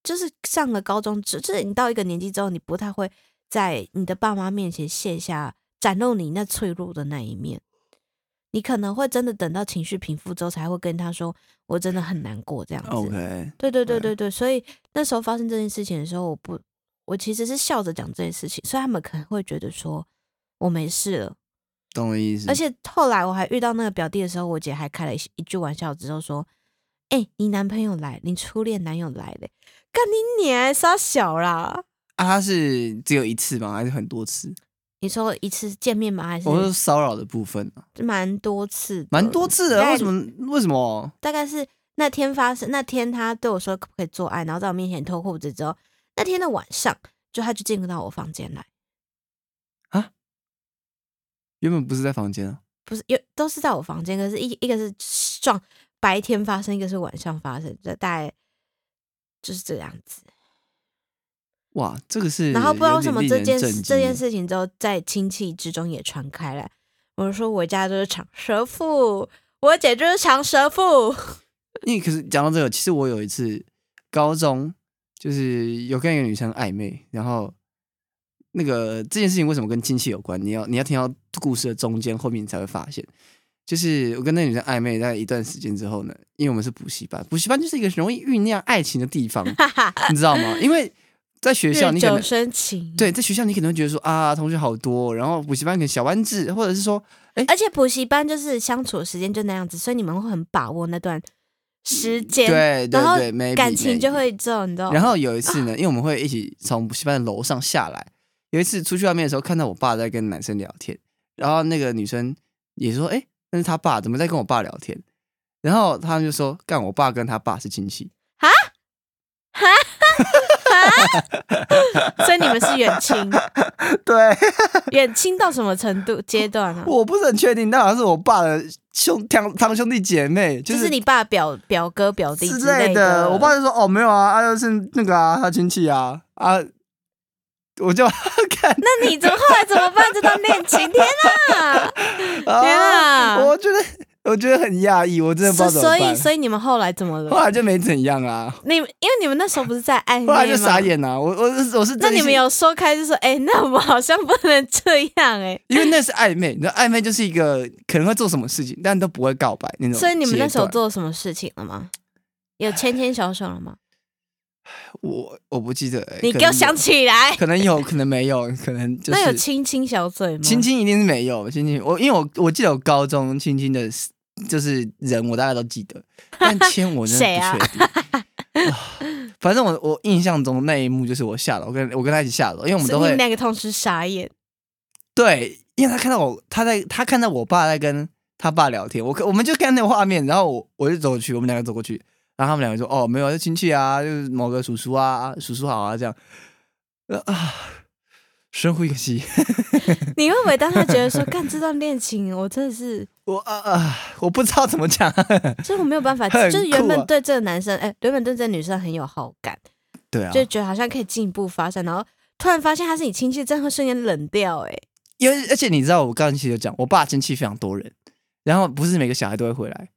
[SPEAKER 1] 就是上了高中之，就是你到一个年纪之后，你不太会在你的爸妈面前卸下展露你那脆弱的那一面，你可能会真的等到情绪平复之后，才会跟他说我真的很难过这样
[SPEAKER 2] 哦
[SPEAKER 1] 子。
[SPEAKER 2] OK，
[SPEAKER 1] 对对对
[SPEAKER 2] 对
[SPEAKER 1] 对对，所以那时候发生这件事情的时候，我不，我其实是笑着讲这件事情，所以他们可能会觉得说我没事了。
[SPEAKER 2] 懂我意思。
[SPEAKER 1] 而且后来我还遇到那个表弟的时候，我姐还开了一一句玩笑，之后说：“哎、你男朋友来，你初恋男友来了，干你娘，傻小啦！
[SPEAKER 2] 啊，他是只有一次吗？还是很多次？
[SPEAKER 1] 你说一次见面吗？还是
[SPEAKER 2] 我说骚扰的部分啊，
[SPEAKER 1] 蛮多次的，
[SPEAKER 2] 蛮多次
[SPEAKER 1] 大
[SPEAKER 2] 的。啊
[SPEAKER 1] 概
[SPEAKER 2] 为什么？为什么？
[SPEAKER 1] 大概是那天发生，那天他对我说可不可以做爱，然后在我面前脱裤子之后，那天的晚上就他就进到我房间来，
[SPEAKER 2] 原本不是在房间啊？
[SPEAKER 1] 不是有都是在我房间，可是一一个是撞白天发生，一个是晚上发生，就大概就是这样子。
[SPEAKER 2] 哇，这个是
[SPEAKER 1] 然后不知道为什么
[SPEAKER 2] 有
[SPEAKER 1] 这件
[SPEAKER 2] 点令人震
[SPEAKER 1] 事
[SPEAKER 2] 惊
[SPEAKER 1] 这件事情之后在亲戚之中也传开来，我说我家就是长舌妇，我姐就是长舌 妇，
[SPEAKER 2] 因为可是讲到这个，其实我有一次高中就是有跟一个女生暧昧，然后那个这件事情为什么跟亲戚有关？你要你要听到故事的中间后面你才会发现，就是我跟那个女生暧昧在一段时间之后呢，因为我们是补习班，补习班就是一个容易酝酿爱情的 地方，
[SPEAKER 1] 哈哈，
[SPEAKER 2] 你知道吗？因为在学校
[SPEAKER 1] 日
[SPEAKER 2] 你可
[SPEAKER 1] 久
[SPEAKER 2] 能
[SPEAKER 1] 生情。，
[SPEAKER 2] 对在学校你可能会觉得说啊同学好多，然后补习班可能小班制，或者是说
[SPEAKER 1] 而且补习班就是相处的时间就那样子，所以你们会很把握那段时间，
[SPEAKER 2] 对对
[SPEAKER 1] 然后
[SPEAKER 2] 嗯对，maybe，
[SPEAKER 1] 感情就
[SPEAKER 2] maybe
[SPEAKER 1] 会这种，你知道吗？
[SPEAKER 2] 然后有一次呢，因为我们会一起从补习班的楼上下来，有一次出去外面的时候，看到我爸在跟男生聊天，然后那个女生也说：“哎，那是他爸，怎么在跟我爸聊天？”然后他们就说：“干，我爸跟他爸是亲戚。
[SPEAKER 1] 所以你们是远亲，
[SPEAKER 2] 对，
[SPEAKER 1] 远亲到什么程度阶段啊？
[SPEAKER 2] 我不是很确定，那好像是我爸的兄堂堂兄弟姐妹，、
[SPEAKER 1] 就是是你爸表表哥表弟
[SPEAKER 2] 之
[SPEAKER 1] 类
[SPEAKER 2] 类的。我爸就说：“哦，没有啊，他、就是那个啊，他亲戚啊啊。”我就看
[SPEAKER 1] 那你怎么后来怎么办这段恋情？天哪！天啊
[SPEAKER 2] 啊，我觉得我觉得很讶异，我 真的不知道怎么
[SPEAKER 1] 所
[SPEAKER 2] 办。
[SPEAKER 1] 以所以你们后来怎么
[SPEAKER 2] 后
[SPEAKER 1] 了？
[SPEAKER 2] 来就没怎样啊，
[SPEAKER 1] 你们因为 你们那时候不是在暧昧
[SPEAKER 2] 后
[SPEAKER 1] 吗？
[SPEAKER 2] 来就傻眼啊。我我是我是
[SPEAKER 1] 那
[SPEAKER 2] 真
[SPEAKER 1] 你
[SPEAKER 2] 心
[SPEAKER 1] 们，有说开就说，哎、那我们好像不能这样哎、
[SPEAKER 2] 因为那是暧昧，你知道暧昧就是一个可能会做什么事情，但都不会告白那种。
[SPEAKER 1] 所以你们那时候，做什么事情了吗？有牵牵小手了吗？
[SPEAKER 2] 我我不记得、欸，
[SPEAKER 1] 你
[SPEAKER 2] 可
[SPEAKER 1] 给我
[SPEAKER 2] 能有
[SPEAKER 1] 想，起来。
[SPEAKER 2] 可能有，可能没有，可能就
[SPEAKER 1] 那有
[SPEAKER 2] 是
[SPEAKER 1] 亲亲小嘴吗？
[SPEAKER 2] 亲亲一定是没有亲亲。我因为我我记得我高中亲亲的，就是人我大概都记 得，但亲我真
[SPEAKER 1] 谁
[SPEAKER 2] 的
[SPEAKER 1] 啊
[SPEAKER 2] 不确定。 啊反正我我印象中那一幕就是我下楼，我跟我跟他一起下楼，因为我们
[SPEAKER 1] 是
[SPEAKER 2] 都
[SPEAKER 1] 你
[SPEAKER 2] 会
[SPEAKER 1] 们两个同时傻眼，
[SPEAKER 2] 对，因为他看到我，他在他看到我爸在跟他爸聊天，我我们就看那个画面，然后我我就走过去，我们两个走过去，然后他们两个说：“哦，没有，就亲戚啊，就是某个叔叔啊，叔叔好啊，这样。”呃啊，深呼一口气，
[SPEAKER 1] 你会不会当下觉得说，干这段恋情，我真的是，
[SPEAKER 2] 我啊啊，我不知道怎么讲。
[SPEAKER 1] 就是我没有办法，
[SPEAKER 2] 很酷啊
[SPEAKER 1] 就是原本对这个男生，哎、原本对这个女生很有好感，
[SPEAKER 2] 对啊，
[SPEAKER 1] 就觉得好像可以进一步发展，然后突然发现他是你亲戚，真的会瞬间冷掉、哎，
[SPEAKER 2] 因为而且你知道，我刚才其实有讲，我爸亲戚非常多人，然后不是每个小孩都会回来，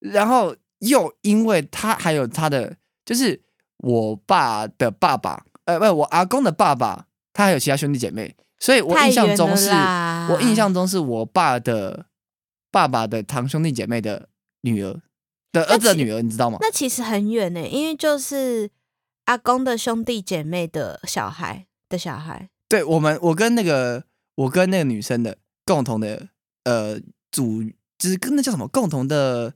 [SPEAKER 2] 然后又因为他还有他的，就是我爸的爸爸，呃，不，我阿公的爸爸，他还有其他兄弟姐妹，所以我
[SPEAKER 1] 太
[SPEAKER 2] 印象
[SPEAKER 1] 远
[SPEAKER 2] 中
[SPEAKER 1] 了
[SPEAKER 2] 是，
[SPEAKER 1] 啦
[SPEAKER 2] 我印象中是我爸的爸爸的堂兄弟姐妹的女儿的儿子的女儿，你知道吗？
[SPEAKER 1] 那其实很远呢、哎因为就是阿公的兄弟姐妹的小孩的小孩，
[SPEAKER 2] 对我们，我跟那个我跟那个女生的共同的呃组，就是跟那叫什么共同的。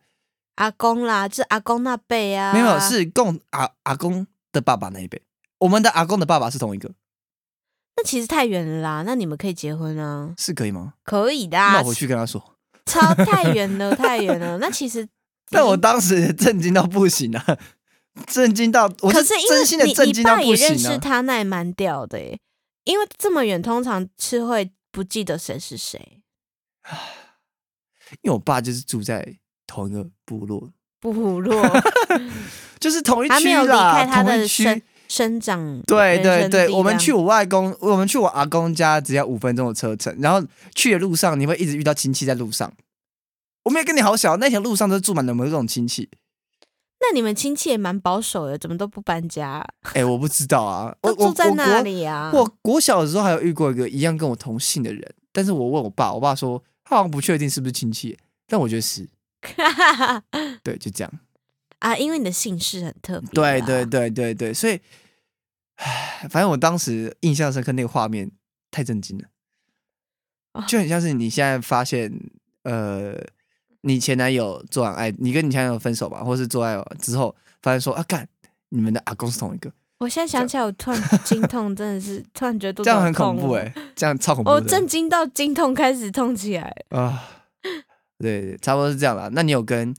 [SPEAKER 1] 阿公啦，就是阿公那辈啊，
[SPEAKER 2] 没有，是共阿阿公的爸爸那一辈。我们的阿公的爸爸是同一个，
[SPEAKER 1] 那其实太远了啦，那你们可以结婚啊，
[SPEAKER 2] 是可以吗？
[SPEAKER 1] 可以的、啊
[SPEAKER 2] 那我，回去跟他说。
[SPEAKER 1] 超太远了，太远了。那其实，
[SPEAKER 2] 但我当时震惊到不行啊， 震惊到我
[SPEAKER 1] 可
[SPEAKER 2] 是
[SPEAKER 1] 是因
[SPEAKER 2] 真心的
[SPEAKER 1] 为你
[SPEAKER 2] 震
[SPEAKER 1] 你
[SPEAKER 2] 惊到
[SPEAKER 1] 爸
[SPEAKER 2] 不
[SPEAKER 1] 也认
[SPEAKER 2] 行
[SPEAKER 1] 识
[SPEAKER 2] 啊。
[SPEAKER 1] 他，那也蛮屌的耶。因为这么远，通常是会不记得谁是谁，
[SPEAKER 2] 因为我爸就是住在同一个部落，
[SPEAKER 1] 部落
[SPEAKER 2] 就是同一
[SPEAKER 1] 还没
[SPEAKER 2] 区
[SPEAKER 1] 有离
[SPEAKER 2] 啦，
[SPEAKER 1] 开他
[SPEAKER 2] 同一
[SPEAKER 1] 的
[SPEAKER 2] 区
[SPEAKER 1] 生。生长。
[SPEAKER 2] 对
[SPEAKER 1] 原
[SPEAKER 2] 对
[SPEAKER 1] 生地
[SPEAKER 2] 对，我
[SPEAKER 1] 这
[SPEAKER 2] 们
[SPEAKER 1] 样
[SPEAKER 2] 去我外公，我们去我阿公家只要五分钟的车程，然后去的路上你会一直遇到亲戚在路上。我们也跟你好小，那条路上都住满了我们这种亲戚。
[SPEAKER 1] 那你们亲戚也蛮保守的，怎么都不搬家啊、
[SPEAKER 2] 哎、我不知道啊，我
[SPEAKER 1] 都
[SPEAKER 2] 我
[SPEAKER 1] 住在
[SPEAKER 2] 我
[SPEAKER 1] 那
[SPEAKER 2] 国
[SPEAKER 1] 里啊？
[SPEAKER 2] 我国小的时候还有遇过一个一样跟我同姓的人，但是我问我爸，我爸说他好像不确定是不是亲戚，但我觉得是对，就这样。啊
[SPEAKER 1] 啊，因为你的姓氏很特别。
[SPEAKER 2] 对对，对对对，所以，唉，反正我当时印象深刻，那个画面太震惊了
[SPEAKER 1] 啊，
[SPEAKER 2] 就很像是你现在发现，呃，你前男友做完爱，你跟你前男友分手吧，或是做爱之后，发现说啊，干，你们的阿公是同一个，
[SPEAKER 1] 我现在想起来，我突然 经痛，真的是突然觉得肚子
[SPEAKER 2] 这样很恐
[SPEAKER 1] 痛
[SPEAKER 2] 怖
[SPEAKER 1] 了
[SPEAKER 2] 哎、这样超恐怖的。
[SPEAKER 1] 我震惊到经痛开始痛起来。
[SPEAKER 2] 啊，对，差不多是这样啦。那你有跟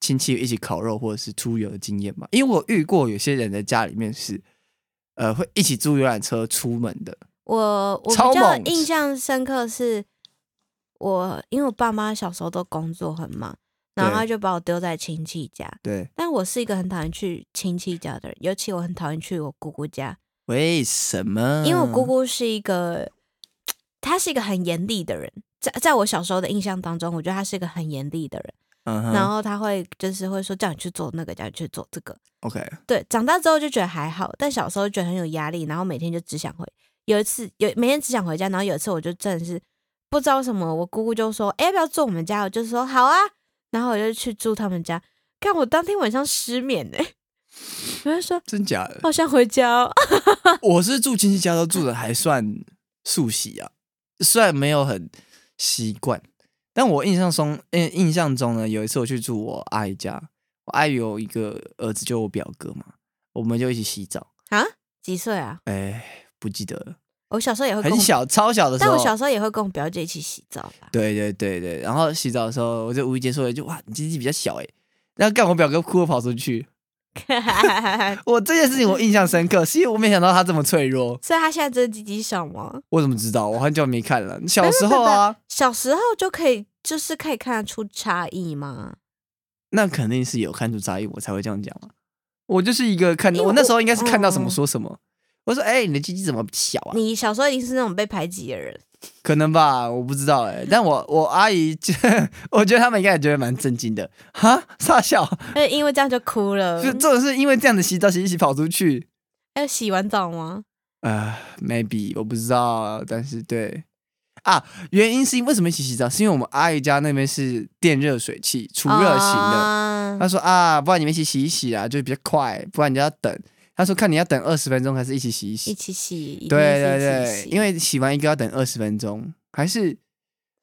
[SPEAKER 2] 亲戚一起烤肉或者是出游的经验吗？因为我遇过有些人的家里面是，呃，会一起租游览车出门的。
[SPEAKER 1] 我我比
[SPEAKER 2] 超
[SPEAKER 1] 较
[SPEAKER 2] 猛
[SPEAKER 1] 印象深刻是，我因为我爸妈小时候都工作很忙，然后
[SPEAKER 2] 对
[SPEAKER 1] 他就把我丢在亲戚家。
[SPEAKER 2] 对，
[SPEAKER 1] 但我是一个很讨厌去亲戚家的人，尤其我很讨厌去我姑姑家，
[SPEAKER 2] 为什么？
[SPEAKER 1] 因为我姑姑是一个，她是一个很严厉的人。在在我小时候的印象当中，我觉得她是一个很严厉的人，
[SPEAKER 2] 嗯哼，
[SPEAKER 1] 然后她会就是会说叫你去做那个，叫你去做这个。
[SPEAKER 2] OK，
[SPEAKER 1] 对，长大之后就觉得还好，但小时候觉得很有压力，然后每天就只想回。有一次，有每天只想回家，然后有一次我就真的是不知道什么，我姑姑就说：“哎、要不要住我们家？”我就说：“好啊。”然后我就去住他们家，看我当天晚上失眠呢、 我就说
[SPEAKER 2] 真假的？
[SPEAKER 1] 好想回家、哦，
[SPEAKER 2] 我是住亲戚家都住的还算熟悉啊，虽然没有很习惯，但我印象中，印印象中呢，有一次我去住我阿姨家，我阿姨有一个儿子，就我表哥嘛，我们就一起洗澡。
[SPEAKER 1] 几岁啊？
[SPEAKER 2] 哎，不记得了，
[SPEAKER 1] 我小时候也会跟
[SPEAKER 2] 很
[SPEAKER 1] 我，
[SPEAKER 2] 小，超小的时
[SPEAKER 1] 但
[SPEAKER 2] 候。
[SPEAKER 1] 我小时候也会跟我表姐一起洗澡 吧。
[SPEAKER 2] 对对对对，然后洗澡的时候，我就无意间说了一句：“哇，你鸡鸡比较小哎。”然后干我表哥哭着跑出去。我这件事情我印象深刻，是因为我没想到他这么脆弱。
[SPEAKER 1] 所以她现在真的鸡鸡小吗？
[SPEAKER 2] 我怎么知道？我很久没看了。小时候啊，
[SPEAKER 1] 小时候就可以，就是可以看得出差异吗？
[SPEAKER 2] 那肯定是有看出差异，我才会这样讲嘛。啊我就是一个看，
[SPEAKER 1] 因为
[SPEAKER 2] 我那时候应该是看到什
[SPEAKER 1] 我嗯
[SPEAKER 2] 么说什么。我说：“哎、你的鸡鸡怎么小啊？”
[SPEAKER 1] 你小时候一定是那种被排挤的人。
[SPEAKER 2] 可能吧，我不知道哎、但我我阿姨， 我觉得他们应该也觉得蛮震惊的。哈，傻笑，
[SPEAKER 1] 哎，因为这样就哭了。
[SPEAKER 2] 就这种是因为这样的洗澡洗一洗跑出去，
[SPEAKER 1] 要洗完澡吗？
[SPEAKER 2] 呃，maybe 我不知道，但是对啊，原因是因为为什么一起洗澡？是因为我们阿姨家那边是电热水器除热型的，
[SPEAKER 1] 啊
[SPEAKER 2] 她说啊，不然你们一起洗一洗啊，就比较快，不然你就要等。她说看你要等二十分钟还是一起洗一洗
[SPEAKER 1] 一？起洗。一定
[SPEAKER 2] 对
[SPEAKER 1] 是
[SPEAKER 2] 对
[SPEAKER 1] 一起
[SPEAKER 2] 对
[SPEAKER 1] 洗，
[SPEAKER 2] 因为洗完一个要等二十分钟，还是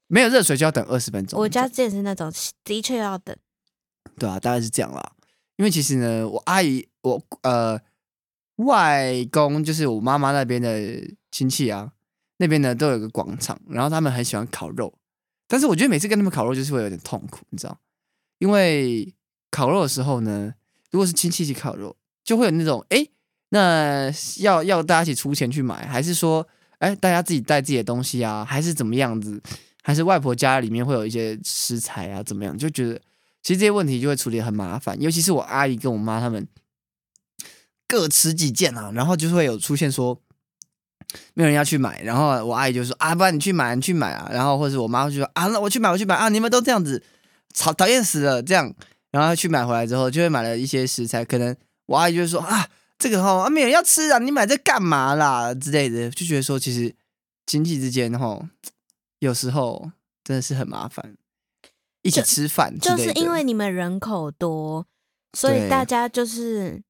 [SPEAKER 2] 没有热水就要等二十分钟。
[SPEAKER 1] 我家之前是那种的确要等。
[SPEAKER 2] 对啊，大概是这样啦。因为其实呢，我阿姨，我呃外公就是我妈妈那边的亲戚啊，那边呢都有个广场，然后他们很喜欢烤肉，但是我觉得每次跟他们烤肉就是会有点痛苦，你知道？因为烤肉的时候呢，如果是亲戚一起烤肉，就会有那种哎，诶那要要大家一起出钱去买，还是说哎大家自己带自己的东西啊，还是怎么样子？还是外婆家里面会有一些食材啊，怎么样？就觉得其实这些问题就会处理得很麻烦，尤其是我阿姨跟我妈他们各持己见啊，然后就会有出现说没有人要去买，然后我阿姨就说啊，不然你去买，你去买啊，然后或者是我妈就说啊，那我去买，我去买啊，你们都这样子，吵讨厌死了这样，然后去买回来之后就会买了一些食材，可能我阿姨就会说啊，这个哈、啊没有人要吃啊，你买这干嘛啦之类的，就觉得说其实亲戚之间哈、有时候真的是很麻烦。一起
[SPEAKER 1] 就
[SPEAKER 2] 吃饭之
[SPEAKER 1] 就
[SPEAKER 2] 类
[SPEAKER 1] 是
[SPEAKER 2] 的
[SPEAKER 1] 因为你们人口多，所以
[SPEAKER 2] 对
[SPEAKER 1] 大家就是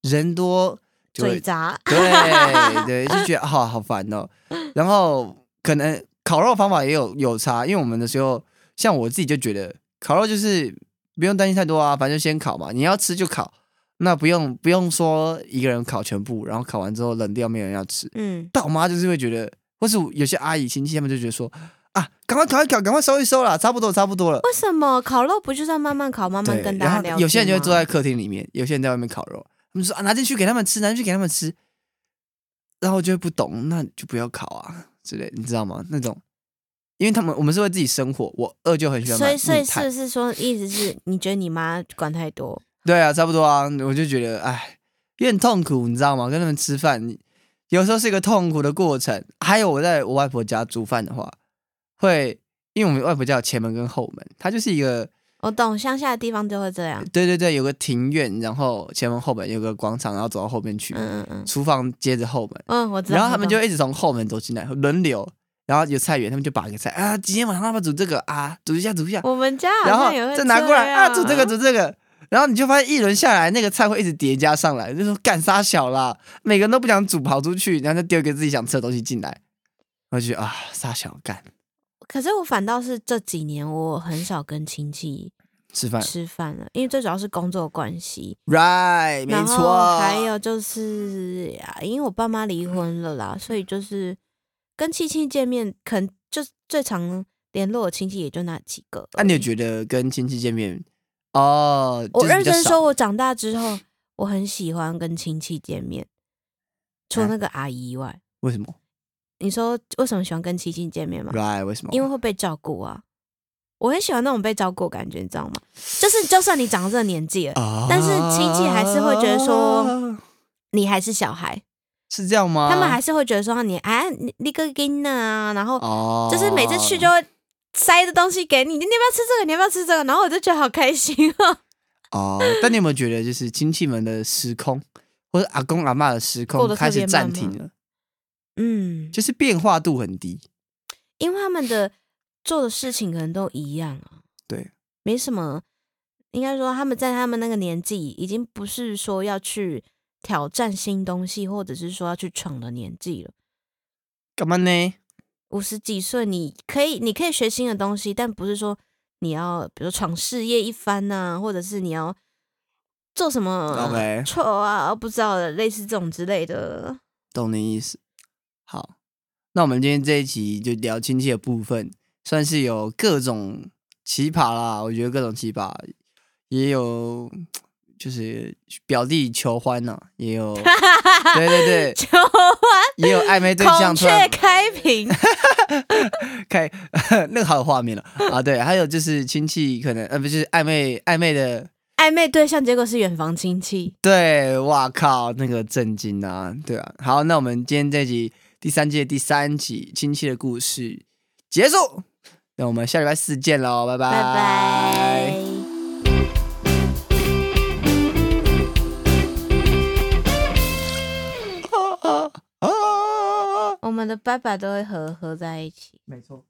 [SPEAKER 2] 人多就
[SPEAKER 1] 嘴
[SPEAKER 2] 会。
[SPEAKER 1] 杂
[SPEAKER 2] 对对，就觉得好好烦哦。然后可能烤肉方法也有有差，因为我们的时候，像我自己就觉得烤肉就是不用担心太多啊，反正就先烤嘛，你要吃就烤，那不用不用说一个人烤全部，然后烤完之后冷掉没有人要吃。
[SPEAKER 1] 嗯，
[SPEAKER 2] 但我妈就是会觉得，或是有些阿姨亲戚他们就觉得说啊，赶快赶快烤，赶快收一收啦，差不多差不多了。
[SPEAKER 1] 为什么烤肉不就是要慢慢烤，慢慢
[SPEAKER 2] 对，
[SPEAKER 1] 跟大家聊
[SPEAKER 2] 然
[SPEAKER 1] 天
[SPEAKER 2] 后
[SPEAKER 1] 吗？
[SPEAKER 2] 有些人就会坐在客厅里面，有些人在外面烤肉，他们就说啊拿进去给他们吃，拿进去给他们吃，然后我就会不懂，那就不要烤啊之类，你知道吗？那种，因为他们我们是会自己生火，我二舅很喜欢
[SPEAKER 1] 所
[SPEAKER 2] 买
[SPEAKER 1] 以所以
[SPEAKER 2] 木炭
[SPEAKER 1] 是是说，意思是你觉得你妈管太多？
[SPEAKER 2] 对啊，差不多啊，我就觉得哎，有点痛苦，你知道吗？跟他们吃饭，你有时候是一个痛苦的过程。还有我在我外婆家煮饭的话，会因为我们外婆家有前门跟后门，它就是一个。
[SPEAKER 1] 我懂，乡下的地方就会这样。
[SPEAKER 2] 对对对，有个庭院，然后前门后门有个广场，然后走到后面去，
[SPEAKER 1] 嗯嗯嗯
[SPEAKER 2] 厨房接着后门，
[SPEAKER 1] 嗯，我知道。
[SPEAKER 2] 呃然后他们
[SPEAKER 1] 我懂
[SPEAKER 2] 就一直从后门走进来，轮流然后有菜园，他们就把一个菜啊，今天晚上要不要煮这个啊？煮一下， 煮一下，
[SPEAKER 1] 我们家好
[SPEAKER 2] 然后
[SPEAKER 1] 像也会
[SPEAKER 2] 再拿过
[SPEAKER 1] 这
[SPEAKER 2] 来啊，
[SPEAKER 1] 样
[SPEAKER 2] 煮这个，煮这个。然后你就发现一轮下来，那个菜会一直叠加上来，就说干啥小啦，每个人都不想煮，跑出去，然后再丢一个自己想吃的东西进来，我就觉得啊，傻小干
[SPEAKER 1] 可是我反倒是这几年我很少跟亲戚
[SPEAKER 2] 吃饭
[SPEAKER 1] 吃饭了，因为最主要是工作关系，
[SPEAKER 2] ，right，没
[SPEAKER 1] 然
[SPEAKER 2] 错，啊
[SPEAKER 1] 后还有就是啊，因为我爸妈离婚了啦，所以就是跟亲戚见面，肯就是最常联络的亲戚也就那几个。
[SPEAKER 2] 那、你有觉得跟亲戚见面哦？
[SPEAKER 1] 我
[SPEAKER 2] 就是
[SPEAKER 1] 认
[SPEAKER 2] 比较
[SPEAKER 1] 真
[SPEAKER 2] 少
[SPEAKER 1] 说，，我长大之后，我很喜欢跟亲戚见面，除了那个阿姨以外。
[SPEAKER 2] 为什么
[SPEAKER 1] 你说为什么喜欢跟亲戚见面吗？
[SPEAKER 2] ？Right，为什么？
[SPEAKER 1] 因为会被照顾啊。我很喜欢那种被照顾的感觉，你知道吗？就是就算你长到这个年纪了，
[SPEAKER 2] 啊
[SPEAKER 1] 但是亲戚还是会觉得说，你还是小孩，
[SPEAKER 2] 是这样吗？
[SPEAKER 1] 他们还是会觉得说你哎，你你个囡呐啊，然后
[SPEAKER 2] 哦，
[SPEAKER 1] 就是每次去就会塞的东西给你，你要不要吃这个？你要不要吃这个？然后我就觉得好开心 哦。
[SPEAKER 2] 哦。但你有没有觉得，就是亲戚们的时空，或者阿公阿嬷的时
[SPEAKER 1] 过
[SPEAKER 2] 空
[SPEAKER 1] 得
[SPEAKER 2] 开
[SPEAKER 1] 特别
[SPEAKER 2] 始暂停
[SPEAKER 1] 慢
[SPEAKER 2] 了，
[SPEAKER 1] 嗯，
[SPEAKER 2] 就是变化度很低。
[SPEAKER 1] 因为他们的做的事情可能都一样啊，
[SPEAKER 2] 对，
[SPEAKER 1] 没什么。应该说他们在他们那个年纪，已经不是说要去挑战新东西，或者是说要去闯的年纪了。
[SPEAKER 2] 干嘛呢？
[SPEAKER 1] 五十几岁，你可以，你可以学新的东西，但不是说你要，比如闯事业一番呐、或者是你要做什么
[SPEAKER 2] OK
[SPEAKER 1] 错啊，不知道的，类似这种之类的。
[SPEAKER 2] 懂你意思。好，那我们今天这一集就聊亲戚的部分，算是有各种奇葩啦。我觉得各种奇葩，也有就是表弟求欢呐、也有对对 对，
[SPEAKER 1] 求婚，
[SPEAKER 2] 也有暧昧对象
[SPEAKER 1] 孔
[SPEAKER 2] 突然
[SPEAKER 1] 雀开屏，
[SPEAKER 2] 开， 那个好有画面了啊。对，还有就是亲戚可能呃不是暧昧暧昧的，
[SPEAKER 1] 暧昧对象结果是远房亲戚。
[SPEAKER 2] 对，哇靠，那个震惊啊，对啊。好，那我们今天这集第三季的第三集亲戚的故事结束，那我们下礼拜四见喽，拜拜
[SPEAKER 1] 拜拜。
[SPEAKER 2] 啊，
[SPEAKER 1] 我们的拜拜都会合合在一起。
[SPEAKER 2] 没错。